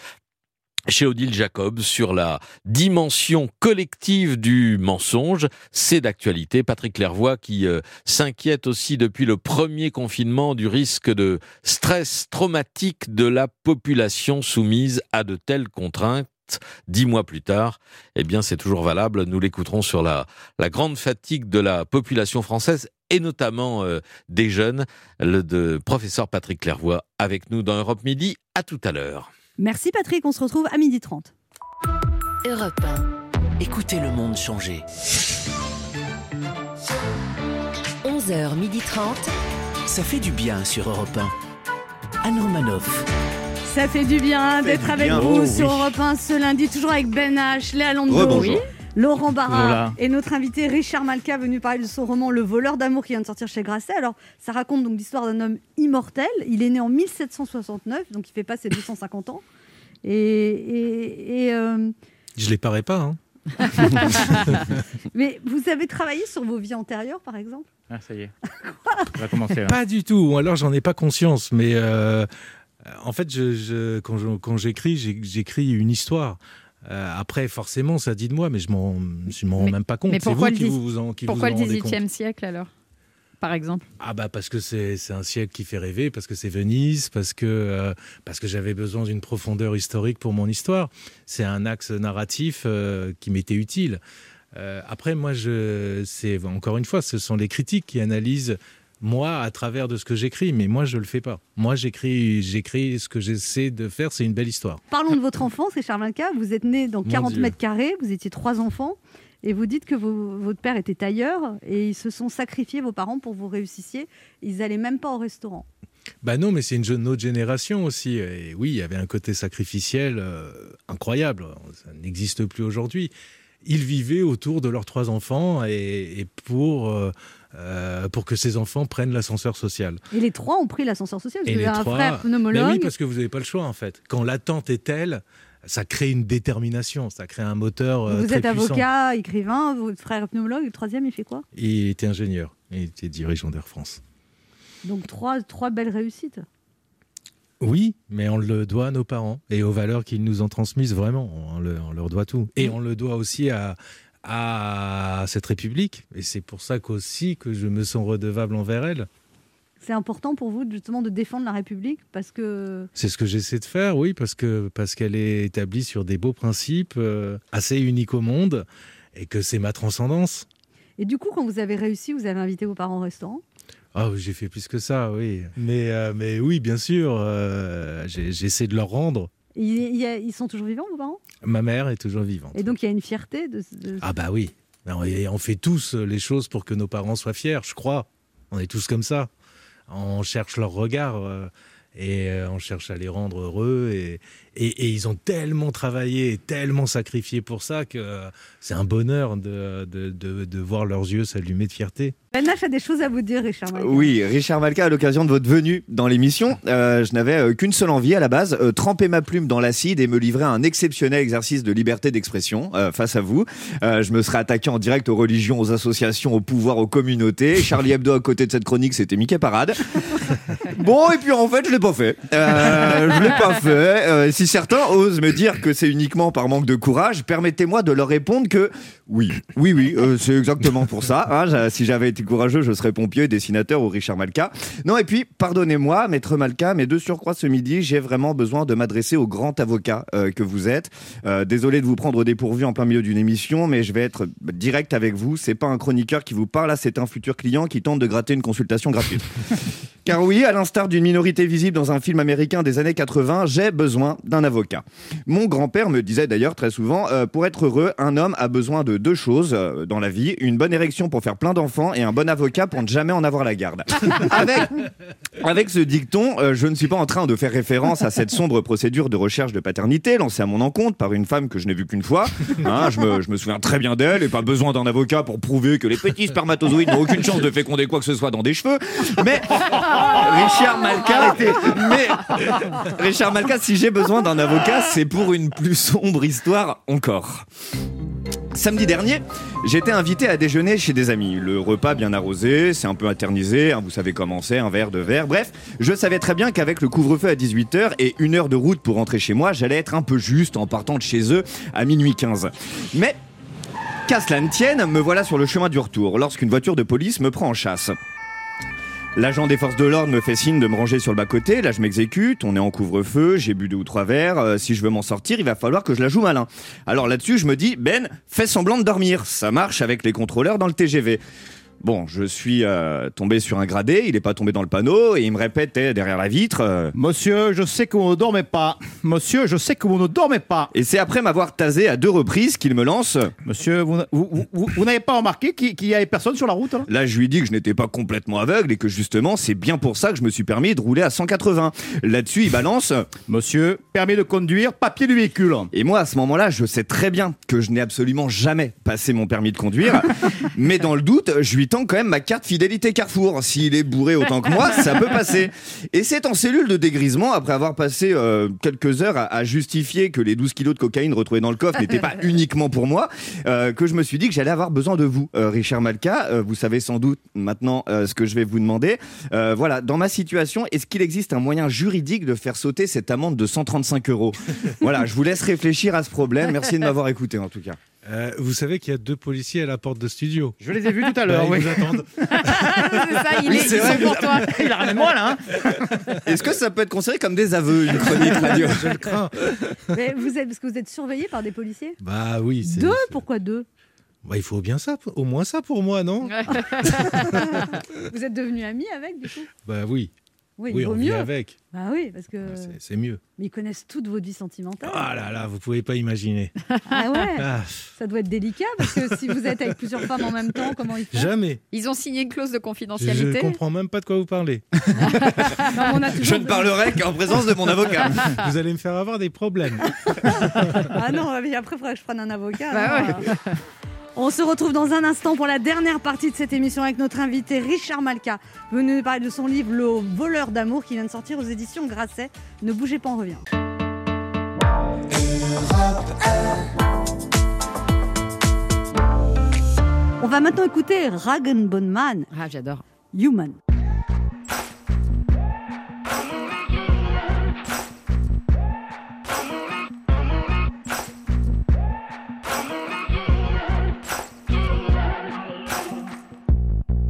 [SPEAKER 15] chez Odile Jacob sur la dimension collective du mensonge. C'est d'actualité. Patrick Clairvoy qui euh, s'inquiète aussi depuis le premier confinement du risque de stress traumatique de la population soumise à de telles contraintes. Dix mois plus tard, eh bien, c'est toujours valable. Nous l'écouterons sur la, la grande fatigue de la population française et notamment euh, des jeunes. Le de professeur Patrick Clairvoy avec nous dans Europe Midi. À tout à l'heure.
[SPEAKER 3] Merci, Patrick. On se retrouve à midi 30.
[SPEAKER 17] Europe
[SPEAKER 2] Écoutez le monde changer.
[SPEAKER 17] 11h30.
[SPEAKER 2] Ça fait du bien sur Europe 1. Anne Romanoff.
[SPEAKER 3] Ça fait du bien d'être
[SPEAKER 2] du
[SPEAKER 3] avec
[SPEAKER 2] bien,
[SPEAKER 3] vous
[SPEAKER 2] oh
[SPEAKER 3] sur
[SPEAKER 2] oui.
[SPEAKER 3] Europe 1 ce lundi, toujours avec Ben H, Léa Landau,
[SPEAKER 2] Rebonjour. Oui.
[SPEAKER 3] Laurent Barra
[SPEAKER 2] Voilà.
[SPEAKER 3] et notre invité Richard Malka venu parler de son roman Le voleur d'amour qui vient de sortir chez Grasset. Alors, ça raconte donc l'histoire d'un homme immortel. Il est né en 1769, donc il fait pas ses 250 ans. Et, et- et, euh,
[SPEAKER 16] Je les parais pas. hein.
[SPEAKER 3] mais vous avez travaillé sur vos vies antérieures, par exemple
[SPEAKER 5] Ah, ça y est. On va commencer là.
[SPEAKER 16] Pas du tout. Ou alors j'en ai pas conscience. Mais euh, en fait, je, je- quand je- quand j'écris, j'ai- j'écris une histoire. Euh, après, forcément, ça dit de moi, mais je m'en je m'en rends même pas compte.
[SPEAKER 6] Mais
[SPEAKER 16] C'est
[SPEAKER 6] pourquoi
[SPEAKER 16] vous
[SPEAKER 6] le,
[SPEAKER 16] qui
[SPEAKER 6] dix-
[SPEAKER 16] vous, vous en, qui vous
[SPEAKER 6] pourquoi
[SPEAKER 16] en
[SPEAKER 6] le
[SPEAKER 16] rendez compte.
[SPEAKER 6] 18e siècle alors Par exemple
[SPEAKER 16] Ah bah parce que c'est c'est un siècle qui fait rêver, parce que c'est Venise, parce que euh, parce que j'avais besoin d'une profondeur historique pour mon histoire. C'est un axe narratif euh, qui m'était utile. Euh, après moi je c'est encore une fois ce sont les critiques qui analysent moi à travers de ce que j'écris, mais moi je le fais pas. Moi j'écris j'écris ce que j'essaie de faire, c'est une belle histoire.
[SPEAKER 3] Parlons de votre enfance, Richard Malka. Vous êtes né dans
[SPEAKER 16] Mon
[SPEAKER 3] 40
[SPEAKER 16] Dieu.
[SPEAKER 3] mètres carrés, vous étiez trois enfants, et vous dites que vos- votre père était tailleur, et ils se sont sacrifiés, vos parents, pour que vous réussissiez. Ils n'allaient même pas au restaurant.
[SPEAKER 16] Bah non, mais c'est une jeune autre génération aussi. Et oui, il y avait un côté sacrificiel euh, incroyable. Ça n'existe plus aujourd'hui. Ils vivaient autour de leurs trois enfants et, et pour, euh, euh, pour que ces enfants prennent l'ascenseur social.
[SPEAKER 3] Et les trois ont pris l'ascenseur social, parce
[SPEAKER 16] Et
[SPEAKER 3] que
[SPEAKER 16] les
[SPEAKER 3] j'ai un
[SPEAKER 16] trois-
[SPEAKER 3] frère pneumologue.
[SPEAKER 16] Mais oui, parce que vous n'avez pas le choix en fait. Quand l'attente est telle, ça crée une détermination, ça crée un moteur euh,
[SPEAKER 3] vous
[SPEAKER 16] très
[SPEAKER 3] êtes
[SPEAKER 16] puissant.
[SPEAKER 3] avocat, écrivain, votre frère pneumologue, le troisième, il fait quoi
[SPEAKER 16] Il était ingénieur, il était dirigeant d'Air France.
[SPEAKER 3] Donc trois, trois belles réussites.
[SPEAKER 16] Oui, mais on le doit à nos parents et aux valeurs qu'ils nous ont transmises, vraiment. On, le- on leur doit tout. Et on le doit aussi à, à cette République. Et c'est pour ça qu'aussi que je me sens redevable envers elle.
[SPEAKER 3] C'est important pour vous, justement, de défendre la République, parce que
[SPEAKER 16] C'est ce que j'essaie de faire, oui, parce que parce qu'elle est établie sur des beaux principes euh, assez uniques au monde et que c'est ma transcendance.
[SPEAKER 3] Et du coup, quand vous avez réussi, vous avez invité vos parents au restaurant.
[SPEAKER 16] Ah, oui, j'ai fait plus que ça, oui. Mais, euh, mais oui, bien sûr, euh, j'ai- j'essaie de leur rendre.
[SPEAKER 3] Et il y a- ils sont toujours vivants, vos parents
[SPEAKER 16] Ma mère est toujours vivante.
[SPEAKER 3] Et donc, il y a une fierté de, de-
[SPEAKER 16] Ah bah oui. Non, et on fait tous euh, les choses pour que nos parents soient fiers, je crois. On est tous comme ça. On cherche leur regard euh, et euh, on cherche à les rendre heureux. Et, et- et ils ont tellement travaillé et tellement sacrifié pour ça que euh, c'est un bonheur de, de- de- de voir leurs yeux s'allumer de fierté.
[SPEAKER 3] Ben Nash a des choses à vous dire, Richard. Malka.
[SPEAKER 4] Euh, Oui, Richard Malka, à l'occasion de votre venue dans l'émission, euh, je n'avais euh, qu'une seule envie à la base, euh, tremper ma plume dans l'acide et me livrer à un exceptionnel exercice de liberté d'expression euh, face à vous. Euh, je me serais attaqué en direct aux religions, aux associations, au pouvoir, aux communautés. Charlie Hebdo à côté de cette chronique, c'était Mickey Parade. Bon, et puis en fait, je l'ai pas fait. Euh, je l'ai pas fait. Euh, si certains osent me dire que c'est uniquement par manque de courage, permettez-moi de leur répondre que oui, oui, oui, euh, c'est exactement pour ça. hein. J'a- si j'avais été courageux, je serais pompier, dessinateur ou Richard Malka. Non, et puis, pardonnez-moi, maître Malka, mais de surcroît ce midi, j'ai vraiment besoin de m'adresser au grand avocat euh, que vous êtes. Euh, désolé de vous prendre au dépourvu en plein milieu d'une émission, mais je vais être direct avec vous. C'est pas un chroniqueur qui vous parle, là, c'est un futur client qui tente de gratter une consultation gratuite. Car oui, à l'instar d'une minorité visible dans un film américain des années 80, j'ai besoin d'un avocat. Mon grand-père me disait d'ailleurs très souvent, euh, pour être heureux, un homme a besoin de deux choses euh, dans la vie, une bonne érection pour faire plein d'enfants et un bon avocat pour ne jamais en avoir la garde. Avec avec ce dicton, euh, je ne suis pas en train de faire référence à cette sombre procédure de recherche de paternité lancée à mon encontre par une femme que je n'ai vue qu'une fois. Hein, je, me, je me souviens très bien d'elle et pas besoin d'un avocat pour prouver que les petits spermatozoïdes n'ont aucune chance de féconder quoi que ce soit dans des cheveux. Mais Richard Malka était. Mais Richard Malka, si j'ai besoin d'un avocat, c'est pour une plus sombre histoire encore. Samedi dernier, j'étais invité à déjeuner chez des amis. Le repas bien arrosé, c'est un peu internisé, hein, vous savez comment c'est, un verre, deux verres, bref. Je savais très bien qu'avec le couvre-feu à 18h et une heure de route pour rentrer chez moi, j'allais être un peu juste en partant de chez eux à minuit 15. Mais, qu'à cela ne tienne, me voilà sur le chemin du retour lorsqu'une voiture de police me prend en chasse. L'agent des forces de l'ordre me fait signe de me ranger sur le bas-côté, là je m'exécute, on est en couvre-feu, j'ai bu deux ou trois verres, euh, si je veux m'en sortir, il va falloir que je la joue malin. Alors là-dessus, je me dis, Ben, fais semblant de dormir, ça marche avec les contrôleurs dans le TGV. Bon, je suis euh, tombé sur un gradé, il n'est pas tombé dans le panneau, et il me répète eh, derrière la vitre. euh,
[SPEAKER 11] Monsieur, je sais qu'on ne dormait pas. Monsieur, je sais qu'on ne dormait pas.
[SPEAKER 4] Et c'est après m'avoir tasé à deux reprises qu'il me lance.
[SPEAKER 11] Monsieur, vous, vous- vous- vous- vous n'avez pas remarqué qu'il qu'il y avait personne sur la route là
[SPEAKER 4] Là, je lui dis que je n'étais pas complètement aveugle et que justement, c'est bien pour ça que je me suis permis de rouler à 180. Là-dessus, il balance
[SPEAKER 11] Monsieur, permis de conduire, papier du véhicule.
[SPEAKER 4] Et moi, à ce moment-là, je sais très bien que je n'ai absolument jamais passé mon permis de conduire. mais dans le doute, je lui tends quand même ma carte fidélité Carrefour. S'il est bourré autant que moi, ça peut passer. Et c'est en cellule de dégrisement, après avoir passé euh, quelques heures à, à justifier que les 12 kilos de cocaïne retrouvés dans le coffre n'étaient pas uniquement pour moi, euh, que je me suis dit que j'allais avoir besoin de vous, euh, Richard Malka. Euh, vous savez sans doute maintenant euh, ce que je vais vous demander. Euh, voilà, dans ma situation, est-ce qu'il existe un moyen juridique de faire sauter cette amende de 135 euros Voilà, je vous laisse réfléchir à ce problème. Merci de m'avoir écouté en tout cas.
[SPEAKER 16] Euh, vous savez qu'il y a deux policiers à la porte de studio.
[SPEAKER 11] Je les ai vus tout à
[SPEAKER 16] Bah,
[SPEAKER 11] l'heure,
[SPEAKER 16] ils
[SPEAKER 11] oui.
[SPEAKER 16] vous attendent.
[SPEAKER 6] ça, il
[SPEAKER 4] Oui,
[SPEAKER 6] est,
[SPEAKER 4] c'est
[SPEAKER 6] ils
[SPEAKER 4] vrai,
[SPEAKER 6] sont pour
[SPEAKER 4] mais-
[SPEAKER 6] toi.
[SPEAKER 11] Il a ramené moi là.
[SPEAKER 10] hein.
[SPEAKER 4] Est-ce que ça peut être considéré comme des aveux, une chronique
[SPEAKER 10] Ah,
[SPEAKER 4] radio Je le crains.
[SPEAKER 3] Mais vous êtes, parce que vous êtes surveillé par des policiers
[SPEAKER 16] Ah Bah oui, c'est-
[SPEAKER 3] Deux Pourquoi deux
[SPEAKER 16] Bah, il faut bien ça, au moins ça pour moi, non
[SPEAKER 3] Vous êtes devenu ami avec, du coup
[SPEAKER 16] Bah oui.
[SPEAKER 3] Oui, il
[SPEAKER 16] Oui,
[SPEAKER 3] vaut
[SPEAKER 16] on
[SPEAKER 3] mieux.
[SPEAKER 16] vit avec. Ah,
[SPEAKER 3] Bah oui, parce que.
[SPEAKER 16] C'est mieux.
[SPEAKER 3] Mais ils connaissent toute votre vie sentimentale.
[SPEAKER 16] Ah là là, vous pouvez pas imaginer.
[SPEAKER 3] Ah ouais
[SPEAKER 16] Ah.
[SPEAKER 3] Ça doit être délicat, parce que si vous êtes avec plusieurs femmes en même temps, comment ils font
[SPEAKER 16] Jamais.
[SPEAKER 6] Ils ont signé une clause de
[SPEAKER 16] Je, je
[SPEAKER 6] confidentialité.
[SPEAKER 16] comprends même pas de quoi vous parlez.
[SPEAKER 4] Je ne parlerai qu'en présence de mon avocat.
[SPEAKER 16] Vous allez me faire avoir des problèmes.
[SPEAKER 3] Ah non, mais après, il faudrait que je prenne un avocat.
[SPEAKER 6] Bah
[SPEAKER 3] hein. On se retrouve dans un instant pour la dernière partie de cette émission avec notre invité Richard Malka, venu nous parler de son livre Le voleur d'amour qui vient de sortir aux éditions Grasset. Ne bougez pas, on revient. On va maintenant écouter Ragen Bonman.
[SPEAKER 6] Ah, j'adore.
[SPEAKER 3] Human.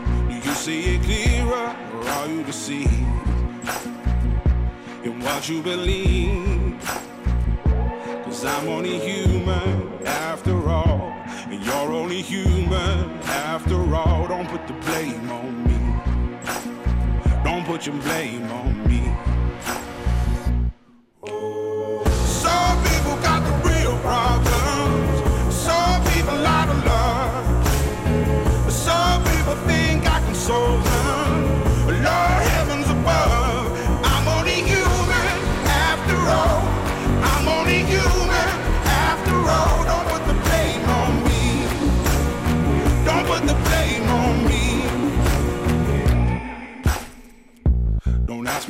[SPEAKER 17] Do you see it clearer, or are you deceived in what you believe? Cause I'm only human after all, and you're only human after all. Don't put the blame on me. Don't put your blame on me. Some people got the real problems. Some people out of love. Some people think I can solve them. Lord, heavens above. I'm only human after all. I'm only human after all. Don't put the blame on me. Don't put the blame on me. Don't ask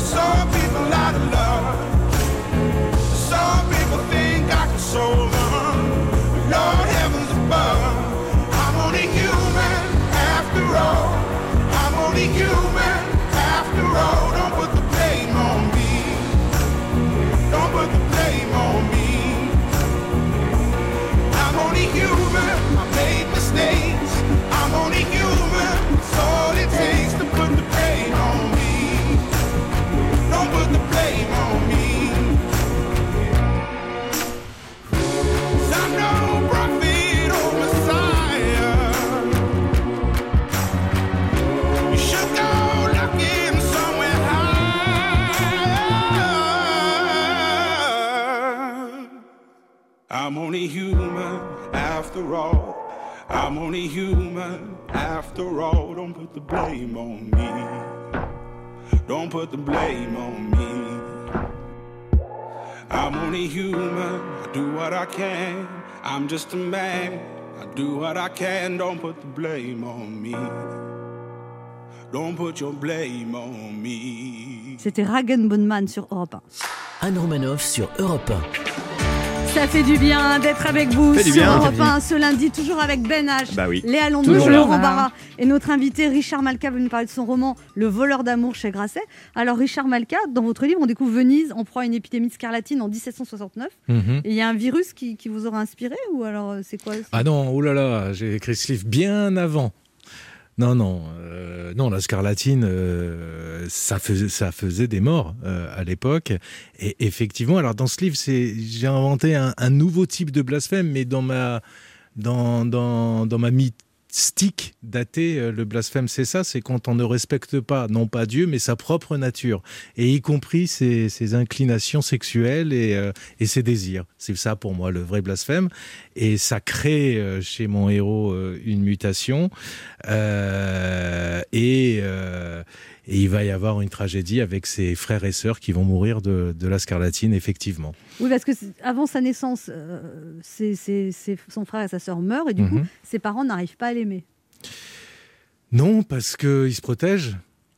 [SPEAKER 17] Some people out of love. Some people think I can solve them. Lord, heavens above. I'm only human after all. I'm only human after all. Don't put the blame on me. Don't put the blame on me. I'm only human. I made mistakes. I'm only human. It's all it takes to put the blame on me. Don't put the blame on me. I'm no prophet or messiah. You should go looking somewhere higher. I'm only human after all. I'm only human after all. Don't put the blame on me. Don't put the blame on me. I'm only human. I do what I can. I'm just a man. I do what I can. Don't put the blame on me. Don't put your blame on me.
[SPEAKER 3] C'était Ragen Bonman sur Europe 1.
[SPEAKER 2] Anne Romanoff sur Europe 1.
[SPEAKER 3] Ça fait du bien d'être avec vous
[SPEAKER 2] Fait du
[SPEAKER 3] sur
[SPEAKER 2] bien.
[SPEAKER 3] Europe 1 ce lundi, toujours avec Ben H,
[SPEAKER 2] Bah oui.
[SPEAKER 3] Léa Landau,
[SPEAKER 2] Toujours là.
[SPEAKER 3] Laurent Barra et notre invité Richard Malka veut nous parler de son roman Le voleur d'amour chez Grasset. Alors Richard Malka, dans votre livre, on découvre Venise en proie à une épidémie de scarlatine en 1769.
[SPEAKER 16] Mhm.
[SPEAKER 3] Et il y a un virus qui, qui vous aura inspiré ou alors euh, c'est quoi
[SPEAKER 16] Ah non, oh là là, j'ai écrit ce livre bien avant. Non, non, euh, non, la scarlatine, euh, ça, faisait, ça faisait des morts euh, à l'époque. Et effectivement, alors dans ce livre, c'est, j'ai inventé un, un nouveau type de blasphème, mais dans ma, dans, dans, dans ma mystique datée, euh, le blasphème, c'est ça, c'est quand on ne respecte pas, non pas Dieu, mais sa propre nature, et y compris ses, ses inclinations sexuelles et, euh, et ses désirs. C'est ça pour moi le vrai blasphème. Et ça crée euh, chez mon héros euh, une mutation, Euh, et, euh, et il va y avoir une tragédie avec ses frères et sœurs qui vont mourir de, de la scarlatine, effectivement.
[SPEAKER 3] Oui, parce que c'est- avant sa naissance, euh, c'est- c'est- c'est- son frère et sa sœur meurent et du coup,
[SPEAKER 16] Mhm.
[SPEAKER 3] ses parents n'arrivent pas à l'aimer.
[SPEAKER 16] Non, parce qu'ils se protègent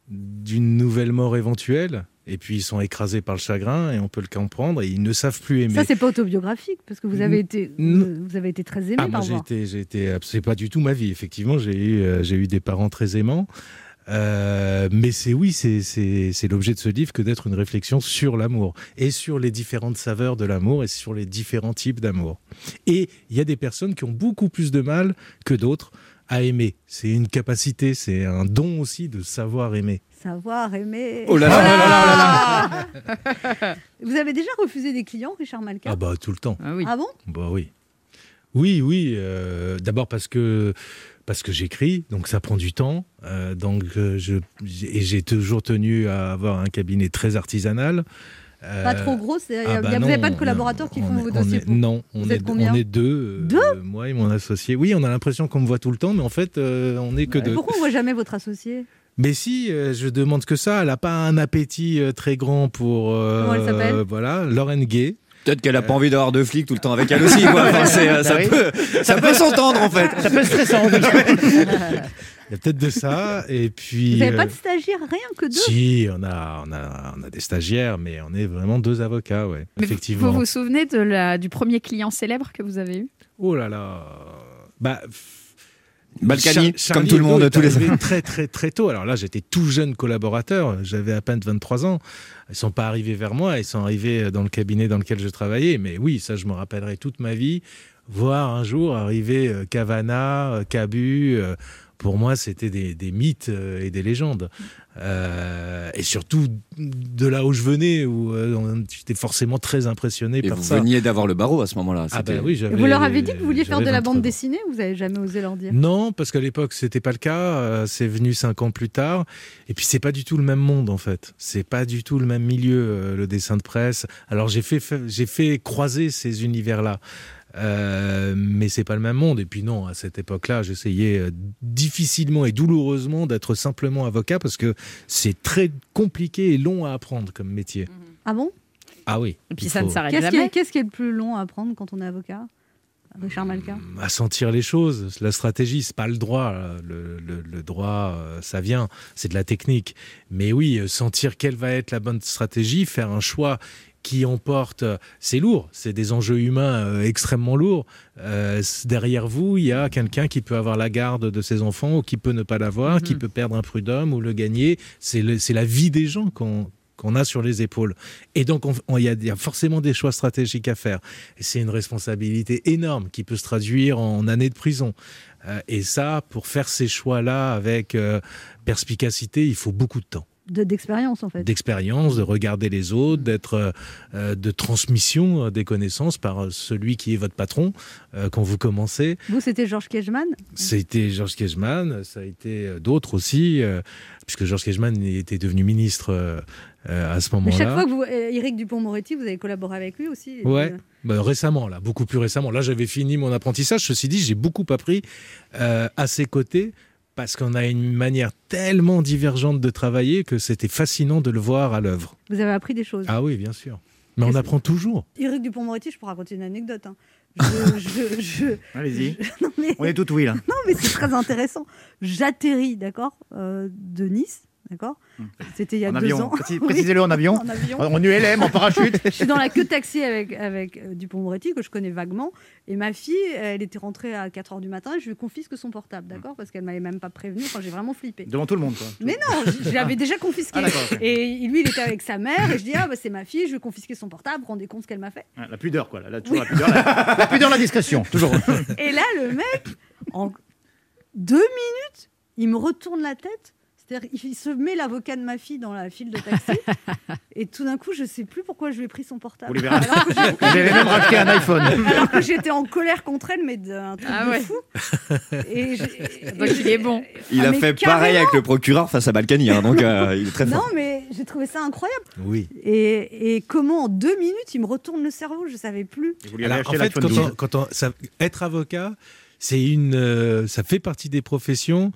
[SPEAKER 16] d'une nouvelle mort éventuelle. Et puis ils sont écrasés par le chagrin et on peut le comprendre. Et ils ne savent plus aimer.
[SPEAKER 3] Ça, c'est pas autobiographique parce que vous avez
[SPEAKER 16] Mm,
[SPEAKER 3] été, vous avez été très aimé
[SPEAKER 16] Ah, moi,
[SPEAKER 3] par
[SPEAKER 16] j'ai
[SPEAKER 3] moi.
[SPEAKER 16] été, j'ai été, c'est pas du tout ma vie. Effectivement, j'ai eu, euh, j'ai eu des parents très aimants. Euh, mais c'est oui, c'est, c'est, c'est l'objet de ce livre que d'être une réflexion sur l'amour et sur les différentes saveurs de l'amour et sur les différents types d'amour. Et il y a des personnes qui ont beaucoup plus de mal que d'autres à aimer. C'est une capacité, c'est un don aussi de savoir aimer.
[SPEAKER 3] Savoir aimer.
[SPEAKER 16] Oh là là, oh là
[SPEAKER 3] Vous avez déjà refusé des clients, Richard Malka
[SPEAKER 16] Ah bah tout le temps.
[SPEAKER 3] Ah oui. Ah bon
[SPEAKER 16] Bah oui. Oui, oui. euh, D'abord parce que parce que j'écris, donc ça prend du temps. euh, donc euh, je et j'ai toujours tenu à avoir un cabinet très artisanal. Euh,
[SPEAKER 3] Pas trop gros, c'est-
[SPEAKER 16] ah bah
[SPEAKER 3] vous n'avez
[SPEAKER 16] non,
[SPEAKER 3] pas de
[SPEAKER 16] on-
[SPEAKER 3] collaborateurs qui font
[SPEAKER 16] on
[SPEAKER 3] vos
[SPEAKER 16] est-
[SPEAKER 3] dossiers
[SPEAKER 16] on est-
[SPEAKER 3] pour-
[SPEAKER 16] Non, on
[SPEAKER 3] Vous
[SPEAKER 16] est,
[SPEAKER 3] êtes combien
[SPEAKER 16] on est deux. euh,
[SPEAKER 3] Deux
[SPEAKER 16] Moi et mon associé. Oui, on a l'impression qu'on me voit tout le temps, mais en fait, euh, on n'est que
[SPEAKER 3] Et
[SPEAKER 16] deux.
[SPEAKER 3] Pourquoi on voit jamais votre associé
[SPEAKER 16] Mais si, euh, je demande que ça. Elle n'a pas un appétit euh, très grand pour. euh,
[SPEAKER 3] Comment elle s'appelle
[SPEAKER 16] Voilà, Lauren Gay. Euh.
[SPEAKER 10] Peut-être qu'elle n'a pas envie d'avoir de flics tout le temps avec elle aussi. quoi. Enfin, c'est, euh, ça,
[SPEAKER 16] Bah oui.
[SPEAKER 10] peut, ça peut s'entendre en fait.
[SPEAKER 16] Ça peut se stresser, en fait. Il y a peut-être de ça. Et puis.
[SPEAKER 3] Vous n'avez pas
[SPEAKER 16] euh,
[SPEAKER 3] de stagiaires, rien que deux
[SPEAKER 16] si, on a, on, a, on a des stagiaires, mais on est vraiment deux avocats, ouais.
[SPEAKER 6] Mais vous-
[SPEAKER 16] Effectivement.
[SPEAKER 6] Vous vous souvenez de la, du premier client célèbre que vous avez eu
[SPEAKER 16] Oh là là. Bah. f-
[SPEAKER 4] Balkany,
[SPEAKER 16] Char- Charlie
[SPEAKER 4] comme tout le monde,
[SPEAKER 16] Hebdo est
[SPEAKER 4] tous les-
[SPEAKER 16] arrivé très très très tôt. Alors là, j'étais tout jeune collaborateur, j'avais à peine 23 ans. Ils sont pas arrivés vers moi, ils sont arrivés euh, dans le cabinet dans lequel je travaillais. Mais oui, ça, je me rappellerai toute ma vie. Voir un jour arriver euh, Cavana, euh, Cabu, euh, pour moi, c'était des, des mythes euh, et des légendes. Euh, et surtout de là où je venais, où euh, on- j'étais forcément très impressionné
[SPEAKER 10] Et
[SPEAKER 16] par
[SPEAKER 10] vous
[SPEAKER 16] ça.
[SPEAKER 10] veniez d'avoir le barreau à ce moment-là.
[SPEAKER 16] Ah
[SPEAKER 10] c'était-
[SPEAKER 16] bah oui,
[SPEAKER 3] Et
[SPEAKER 16] j'avais-
[SPEAKER 3] Vous leur avez dit que vous vouliez faire
[SPEAKER 16] j'avais
[SPEAKER 3] de la
[SPEAKER 16] 23
[SPEAKER 3] bande dessinée Vous n'avez jamais osé leur dire
[SPEAKER 16] non, parce qu'à l'époque, c'était pas le cas. euh, c'est venu cinq ans plus tard. Et puis, c'est pas du tout le même monde, en fait. C'est pas du tout le même milieu, euh, le dessin de presse. Alors, j'ai fait, fa- j'ai fait croiser ces univers-là. Euh, mais c'est pas le même monde. Et puis, non, à cette époque-là, j'essayais euh, difficilement et douloureusement d'être simplement avocat parce que c'est très compliqué et long à apprendre comme métier.
[SPEAKER 3] Ah bon
[SPEAKER 16] Ah oui.
[SPEAKER 6] Et puis,
[SPEAKER 16] il
[SPEAKER 6] ça ne
[SPEAKER 16] faut-
[SPEAKER 6] s'arrête
[SPEAKER 3] Qu'est-ce qui, est,
[SPEAKER 6] jamais.
[SPEAKER 3] qu'est-ce qui est le plus long à apprendre quand on est avocat Richard Malka
[SPEAKER 16] à sentir les choses. La stratégie, c'est pas le droit. là. Le, le- le droit, euh, ça vient, c'est de la technique. Mais oui, euh, sentir quelle va être la bonne stratégie, faire un choix qui emporte, euh, c'est lourd. C'est des enjeux humains euh, extrêmement lourds. Euh, c- derrière vous, il y a quelqu'un qui peut avoir la garde de ses enfants ou qui peut ne pas l'avoir, qui peut perdre un prud'homme ou le gagner. C'est le- c'est la vie des gens qu'on qu'on a sur les épaules. Et donc, on- on- il y, a- il y a forcément des choix stratégiques à faire. Et c'est une responsabilité énorme qui peut se traduire en années de prison. Euh, et ça, pour faire ces choix-là avec euh, perspicacité, il faut beaucoup de temps.
[SPEAKER 3] De- D'expérience en fait.
[SPEAKER 16] D'expérience, de regarder les autres, d'être euh, euh, de transmission euh, des connaissances par euh, celui qui est votre patron euh, quand vous commencez.
[SPEAKER 3] Vous, c'était Georges Kejman
[SPEAKER 16] C'était Georges Kejman, ça a été euh, d'autres aussi, euh, puisque Georges Kejman était devenu ministre euh, euh, à ce
[SPEAKER 3] Mais
[SPEAKER 16] moment-là.
[SPEAKER 3] chaque fois que vous, euh, Eric Dupont-Moretti, vous avez collaboré avec lui aussi. euh,
[SPEAKER 16] Ouais. Bah, récemment, là, beaucoup plus récemment. Là, j'avais fini mon apprentissage. Ceci dit, j'ai beaucoup appris euh, à ses côtés parce qu'on a une manière tellement divergente de travailler que c'était fascinant de le voir à l'œuvre.
[SPEAKER 3] Vous avez appris des choses.
[SPEAKER 16] Ah oui, bien sûr. Mais on apprend toujours.
[SPEAKER 3] Éric Dupont-Moretti, je peux raconter une anecdote. hein. Je- je- je-
[SPEAKER 11] Allez-y.
[SPEAKER 3] je- non, mais-
[SPEAKER 11] On est tout oui là.
[SPEAKER 3] Non, mais c'est très intéressant. J'atterris, d'accord, euh, de Nice, d'accord C'était il y a
[SPEAKER 11] En
[SPEAKER 3] deux
[SPEAKER 11] avion.
[SPEAKER 3] ans.
[SPEAKER 11] Précis-
[SPEAKER 3] Oui.
[SPEAKER 11] Précisez-le en avion.
[SPEAKER 3] En avion.
[SPEAKER 11] En ULM, en parachute.
[SPEAKER 3] Je suis dans la queue de taxi avec, avec euh, Dupont-Moretti, que je connais vaguement. Et ma fille, elle était rentrée à 4 h du matin. Et je lui confisque son portable, d'accord Parce qu'elle m'avait même pas prévenu. Enfin, j'ai vraiment flippé.
[SPEAKER 11] Mm. Devant tout le monde, quoi.
[SPEAKER 3] Mais non, je je l'avais déjà confisqué.
[SPEAKER 11] Ah, d'accord, ok.
[SPEAKER 3] Et lui, il était avec sa mère. Et je dis, ah, bah, c'est ma fille, je vais confisquer son portable. Rendez compte ce qu'elle m'a fait.
[SPEAKER 11] Ah, La pudeur, quoi. Là, là, toujours la pudeur. La, la pudeur, la discrétion, toujours.
[SPEAKER 3] Et là, le mec, en deux minutes, il me retourne la tête. C'est-à-dire, il se met l'avocat de ma fille dans la file de taxi. et tout d'un coup, je sais plus pourquoi je lui ai pris son portable.
[SPEAKER 11] Vous lui verrez.
[SPEAKER 3] Alors que j'ai-
[SPEAKER 11] Vous allez même racheter un iPhone.
[SPEAKER 3] Alors que j'étais en colère contre elle, mais d'un truc
[SPEAKER 6] Ah
[SPEAKER 3] de
[SPEAKER 6] ouais.
[SPEAKER 3] fou. Et j'ai-
[SPEAKER 6] Donc il est bon.
[SPEAKER 4] Il
[SPEAKER 3] Ah,
[SPEAKER 4] a
[SPEAKER 3] mais
[SPEAKER 4] fait pareil avec le procureur face à Balkany, hein, donc euh, il est très
[SPEAKER 3] Non,
[SPEAKER 4] fort.
[SPEAKER 3] mais j'ai trouvé ça incroyable.
[SPEAKER 16] Oui.
[SPEAKER 3] Et, et comment en deux minutes, il me retourne le cerveau, je savais plus.
[SPEAKER 16] Alors, en fait, quand on- quand on- ça- être avocat, c'est une, euh, ça fait partie des professions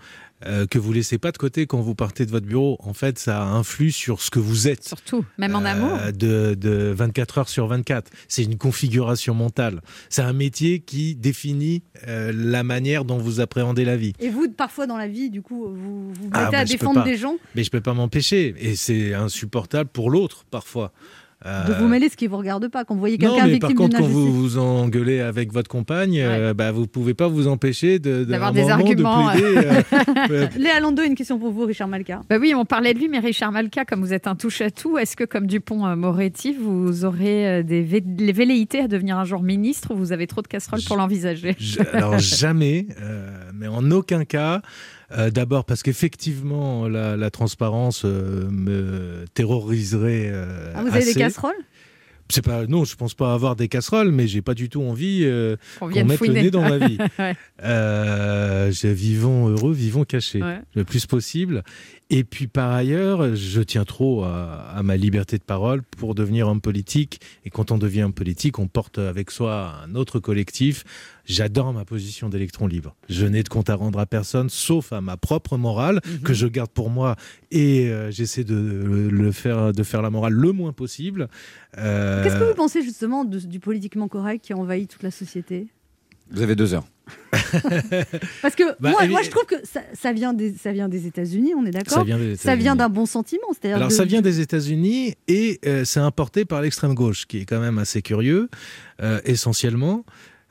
[SPEAKER 16] euh, que vous laissez pas de côté quand vous partez de votre bureau. En fait, ça influe sur ce que vous êtes.
[SPEAKER 6] Surtout, même en amour.
[SPEAKER 3] Oh.
[SPEAKER 16] Euh, de, de 24 heures sur 24. C'est une configuration mentale. C'est un métier qui définit euh, la manière dont vous appréhendez la vie.
[SPEAKER 3] Et vous, parfois dans la vie, du coup, vous vous mettez
[SPEAKER 16] Ah,
[SPEAKER 3] à
[SPEAKER 4] bah,
[SPEAKER 16] mais je peux
[SPEAKER 3] défendre
[SPEAKER 16] pas.
[SPEAKER 3] des gens,
[SPEAKER 16] Mais je peux pas m'empêcher. Et c'est insupportable pour l'autre, parfois. Euh,
[SPEAKER 3] de vous mêler ce qui vous regarde pas. Quand vous voyez
[SPEAKER 16] non,
[SPEAKER 3] quelqu'un
[SPEAKER 16] mais par
[SPEAKER 3] victime d'une
[SPEAKER 16] contre, quand
[SPEAKER 3] injustice.
[SPEAKER 16] vous vous engueulez avec votre compagne, euh, bah, vous pouvez pas vous empêcher de, de-
[SPEAKER 6] D'avoir
[SPEAKER 16] un
[SPEAKER 6] des
[SPEAKER 16] moment
[SPEAKER 6] arguments,
[SPEAKER 16] De plaider,
[SPEAKER 6] euh.
[SPEAKER 16] euh,
[SPEAKER 3] Léa Landau, une question pour vous, Richard Malka.
[SPEAKER 6] Bah oui, on parlait de lui, mais Richard Malka, comme vous êtes un touche-à-tout, est-ce que, comme Dupont-Moretti, vous aurez euh, des vé- les velléités à devenir un jour ministre ou vous avez trop de casseroles pour l'envisager
[SPEAKER 16] Je- alors jamais, euh, mais en aucun cas. Euh, D'abord parce qu'effectivement la, la transparence euh, me terroriserait. euh,
[SPEAKER 3] Ah, vous avez des
[SPEAKER 16] assez.
[SPEAKER 3] casseroles
[SPEAKER 16] C'est pas non, je pense pas avoir des casseroles, mais j'ai pas du tout envie euh,
[SPEAKER 6] Qu'on
[SPEAKER 16] qu'on
[SPEAKER 6] vienne
[SPEAKER 16] mette
[SPEAKER 6] fouiner.
[SPEAKER 16] le nez dans ma vie.
[SPEAKER 6] Ouais.
[SPEAKER 16] Euh, j'ai- vivons heureux, vivons cachés
[SPEAKER 6] Ouais.
[SPEAKER 16] le plus possible. Et puis par ailleurs, je tiens trop à, à ma liberté de parole pour devenir homme politique. Et quand on devient homme politique, on porte avec soi un autre collectif. J'adore ma position d'électron libre. Je n'ai de compte à rendre à personne, sauf à ma propre morale que je garde pour moi. Et euh, j'essaie de le- le faire, de faire la morale le moins possible. Euh,
[SPEAKER 3] Qu'est-ce que vous pensez justement de- du politiquement correct qui a envahi toute la société
[SPEAKER 10] Vous avez deux heures.
[SPEAKER 3] Parce que
[SPEAKER 16] Bah,
[SPEAKER 3] moi,
[SPEAKER 16] évi-
[SPEAKER 3] moi, je trouve que ça, ça vient des, ça vient des États-Unis, on est d'accord
[SPEAKER 16] Ça vient des
[SPEAKER 3] Ça vient
[SPEAKER 16] États-Unis.
[SPEAKER 3] d'un bon sentiment, c'est-à-dire.
[SPEAKER 16] Alors
[SPEAKER 3] de-
[SPEAKER 16] ça vient des États-Unis et euh, c'est importé par l'extrême gauche, qui est quand même assez curieux, euh, essentiellement.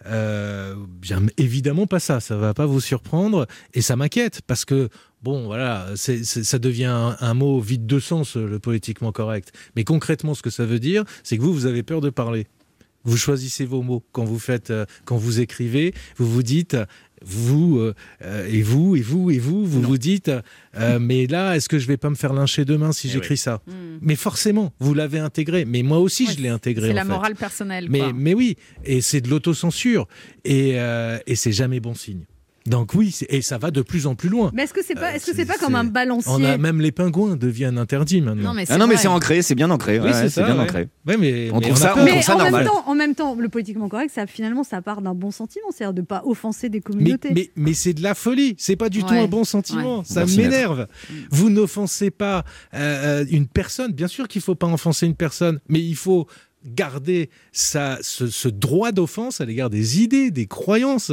[SPEAKER 16] Euh, j'aime évidemment pas ça, ça va pas vous surprendre et ça m'inquiète parce que bon voilà, c'est- c'est- ça devient un, un mot vide de sens euh, le politiquement correct. Mais concrètement, ce que ça veut dire, c'est que vous vous avez peur de parler. Vous choisissez vos mots quand vous faites, euh, quand vous écrivez, vous vous dites vous euh, euh, et vous et vous et vous, vous vous dites euh,
[SPEAKER 4] Mm.
[SPEAKER 16] mais là est-ce que je vais pas me faire lyncher demain
[SPEAKER 4] Eh
[SPEAKER 16] si j'écris ça
[SPEAKER 3] Mm.
[SPEAKER 16] Mais forcément, vous l'avez intégré. Mais moi aussi, je l'ai intégré.
[SPEAKER 6] C'est
[SPEAKER 16] en
[SPEAKER 6] la
[SPEAKER 16] fait.
[SPEAKER 6] morale personnelle.
[SPEAKER 16] Mais,
[SPEAKER 6] quoi.
[SPEAKER 16] mais oui, et c'est de l'autocensure et, euh, et c'est jamais bon signe. Donc oui, c'est- et ça va de plus en plus loin.
[SPEAKER 3] Mais est-ce que c'est pas, est-ce que c'est
[SPEAKER 16] Euh,
[SPEAKER 3] pas
[SPEAKER 16] c'est-
[SPEAKER 3] comme un balancier
[SPEAKER 16] On a même les pingouins deviennent interdits maintenant.
[SPEAKER 3] Non, mais c'est Ah non, mais vrai. c'est
[SPEAKER 4] ancré, c'est bien ancré.
[SPEAKER 16] Oui,
[SPEAKER 4] ouais,
[SPEAKER 16] c'est
[SPEAKER 4] c'est
[SPEAKER 16] ça,
[SPEAKER 4] bien
[SPEAKER 16] ouais.
[SPEAKER 4] ancré.
[SPEAKER 16] Ouais, mais,
[SPEAKER 4] On
[SPEAKER 16] mais
[SPEAKER 4] trouve
[SPEAKER 16] a
[SPEAKER 4] ça-
[SPEAKER 16] peur.
[SPEAKER 4] on
[SPEAKER 3] Mais en même,
[SPEAKER 4] normal.
[SPEAKER 3] temps, en même temps, le politiquement correct, ça finalement, ça part d'un bon sentiment, c'est-à-dire de ne pas offenser des
[SPEAKER 16] Mais,
[SPEAKER 3] communautés.
[SPEAKER 16] mais, mais c'est de la folie, c'est pas du tout
[SPEAKER 3] Ouais.
[SPEAKER 16] un bon sentiment,
[SPEAKER 3] Ouais.
[SPEAKER 16] ça
[SPEAKER 4] On va s'y mettre.
[SPEAKER 16] m'énerve. Vous n'offensez pas euh, une personne, bien sûr qu'il faut pas offenser une personne, mais il faut garder sa, ce, ce droit d'offense à l'égard des idées, des croyances.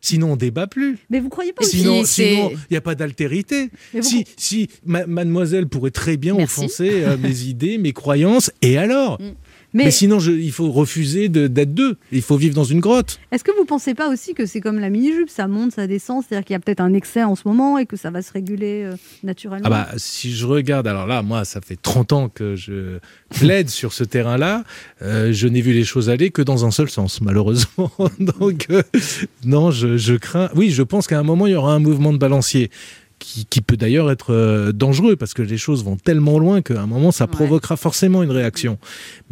[SPEAKER 16] Sinon, on débat plus.
[SPEAKER 3] Mais vous croyez pas aussi
[SPEAKER 16] Sinon,
[SPEAKER 3] c'est-
[SPEAKER 16] sinon, il n'y a pas d'altérité.
[SPEAKER 3] Mais vous-
[SPEAKER 16] Si, si ma- mademoiselle pourrait très bien
[SPEAKER 3] Merci. Mm.
[SPEAKER 16] offenser euh, mes idées, mes croyances, et alors
[SPEAKER 3] Mais-
[SPEAKER 16] mais... sinon, je- il faut refuser de- d'être deux. Il faut vivre dans une grotte.
[SPEAKER 3] Est-ce que vous pensez pas aussi que c'est comme la mini-jupe, ça monte, ça descend, c'est-à-dire qu'il y a peut-être un excès en ce moment et que ça va se réguler euh, naturellement
[SPEAKER 16] Ah bah, si je regarde, alors là, moi, ça fait 30 ans que je plaide sur ce terrain-là. Euh, je n'ai vu les choses aller que dans un seul sens, malheureusement. Donc, euh, non, je, je crains. Oui, je pense qu'à un moment, il y aura un mouvement de balancier. Qui, qui peut d'ailleurs être euh, dangereux parce que les choses vont tellement loin qu'à un moment ça provoquera forcément une réaction.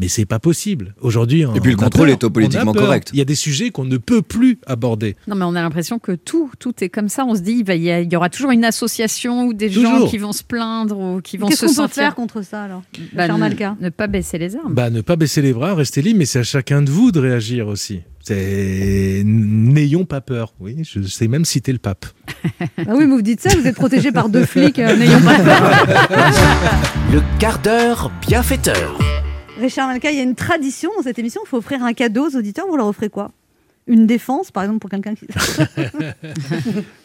[SPEAKER 16] Mais c'est pas possible. Aujourd'hui,
[SPEAKER 4] Et puis le contrôle est au politiquement correct.
[SPEAKER 16] Il y a des sujets qu'on ne peut plus aborder.
[SPEAKER 6] Non, mais on a l'impression que tout, tout est comme ça. On se dit, bah, il y, a- il y aura toujours une association ou des gens
[SPEAKER 16] Toujours.
[SPEAKER 6] qui vont se plaindre ou qui vont
[SPEAKER 3] Qu'est-ce
[SPEAKER 6] se
[SPEAKER 3] qu'on peut
[SPEAKER 6] sentir.
[SPEAKER 3] faire contre ça alors
[SPEAKER 6] Bah,
[SPEAKER 3] Richard
[SPEAKER 6] ne-
[SPEAKER 3] Malka
[SPEAKER 6] ne pas baisser les armes.
[SPEAKER 16] Bah, ne pas baisser les bras, rester libre, mais c'est à chacun de vous de réagir aussi. C'est- N'ayons pas peur. Oui, je sais même citer le pape.
[SPEAKER 3] Bah oui, mais vous dites ça, vous êtes protégé par deux flics, euh, n'ayons pas peur.
[SPEAKER 2] Le quart d'heure bienfaiteur.
[SPEAKER 3] Richard Malka, il y a une tradition dans cette émission, il faut offrir un cadeau aux auditeurs, vous leur offrez quoi Une défense, par exemple, pour quelqu'un qui...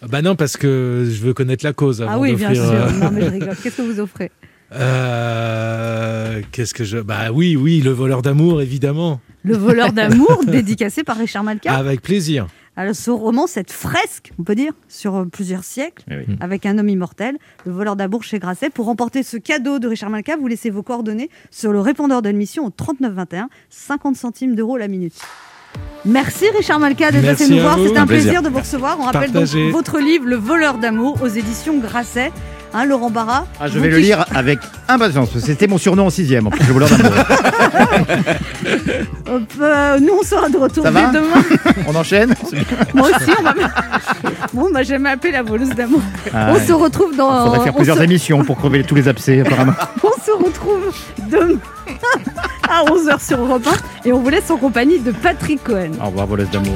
[SPEAKER 16] Bah non, parce que je veux connaître la cause avant
[SPEAKER 3] ah oui, bien
[SPEAKER 16] d'offrir,
[SPEAKER 3] sûr,
[SPEAKER 16] euh,
[SPEAKER 3] non mais je rigole, qu'est-ce que vous offrez
[SPEAKER 16] euh, Qu'est-ce que je... Bah oui, oui, le voleur d'amour, évidemment.
[SPEAKER 3] Le voleur d'amour, dédicacé par Richard Malka
[SPEAKER 16] Avec plaisir.
[SPEAKER 3] Alors, ce roman, cette fresque, on peut dire, sur euh, plusieurs siècles,
[SPEAKER 16] Eh oui.
[SPEAKER 3] avec un homme immortel, le voleur d'amour chez Grasset. Pour remporter ce cadeau de Richard Malka, vous laissez vos coordonnées sur le répondeur de l'émission au 3921, 50 centimes d'euros la minute. Merci Richard Malka d'être
[SPEAKER 16] Merci
[SPEAKER 3] passé nous
[SPEAKER 16] à
[SPEAKER 3] voir,
[SPEAKER 16] vous.
[SPEAKER 3] c'était un
[SPEAKER 16] Un
[SPEAKER 3] plaisir.
[SPEAKER 16] plaisir.
[SPEAKER 3] de vous recevoir. On rappelle
[SPEAKER 11] Partagez.
[SPEAKER 3] donc votre livre, Le voleur d'amour, aux éditions Grasset. Hein, Laurent Barra
[SPEAKER 11] Ah, je
[SPEAKER 3] vous
[SPEAKER 11] vais le
[SPEAKER 3] qui-
[SPEAKER 11] lire avec impatience. parce que C'était mon surnom en sixième. En plus, je vous le redonne.
[SPEAKER 3] Hop, euh, nous, on sera de retour
[SPEAKER 11] Ça
[SPEAKER 3] dès
[SPEAKER 11] va
[SPEAKER 3] demain.
[SPEAKER 11] On enchaîne
[SPEAKER 3] Moi aussi, on va. Bon, on m'a jamais appelé la voleuse d'amour.
[SPEAKER 11] Ah
[SPEAKER 3] on
[SPEAKER 11] ouais.
[SPEAKER 3] se retrouve dans.
[SPEAKER 11] Il faudrait
[SPEAKER 3] Oh, on
[SPEAKER 11] faire plusieurs
[SPEAKER 3] se-
[SPEAKER 11] émissions pour crever tous les abcès, apparemment.
[SPEAKER 3] On se retrouve demain à 11h sur Europe 1 et on vous laisse en compagnie de Patrick Cohen.
[SPEAKER 11] Au revoir, voleuse d'amour.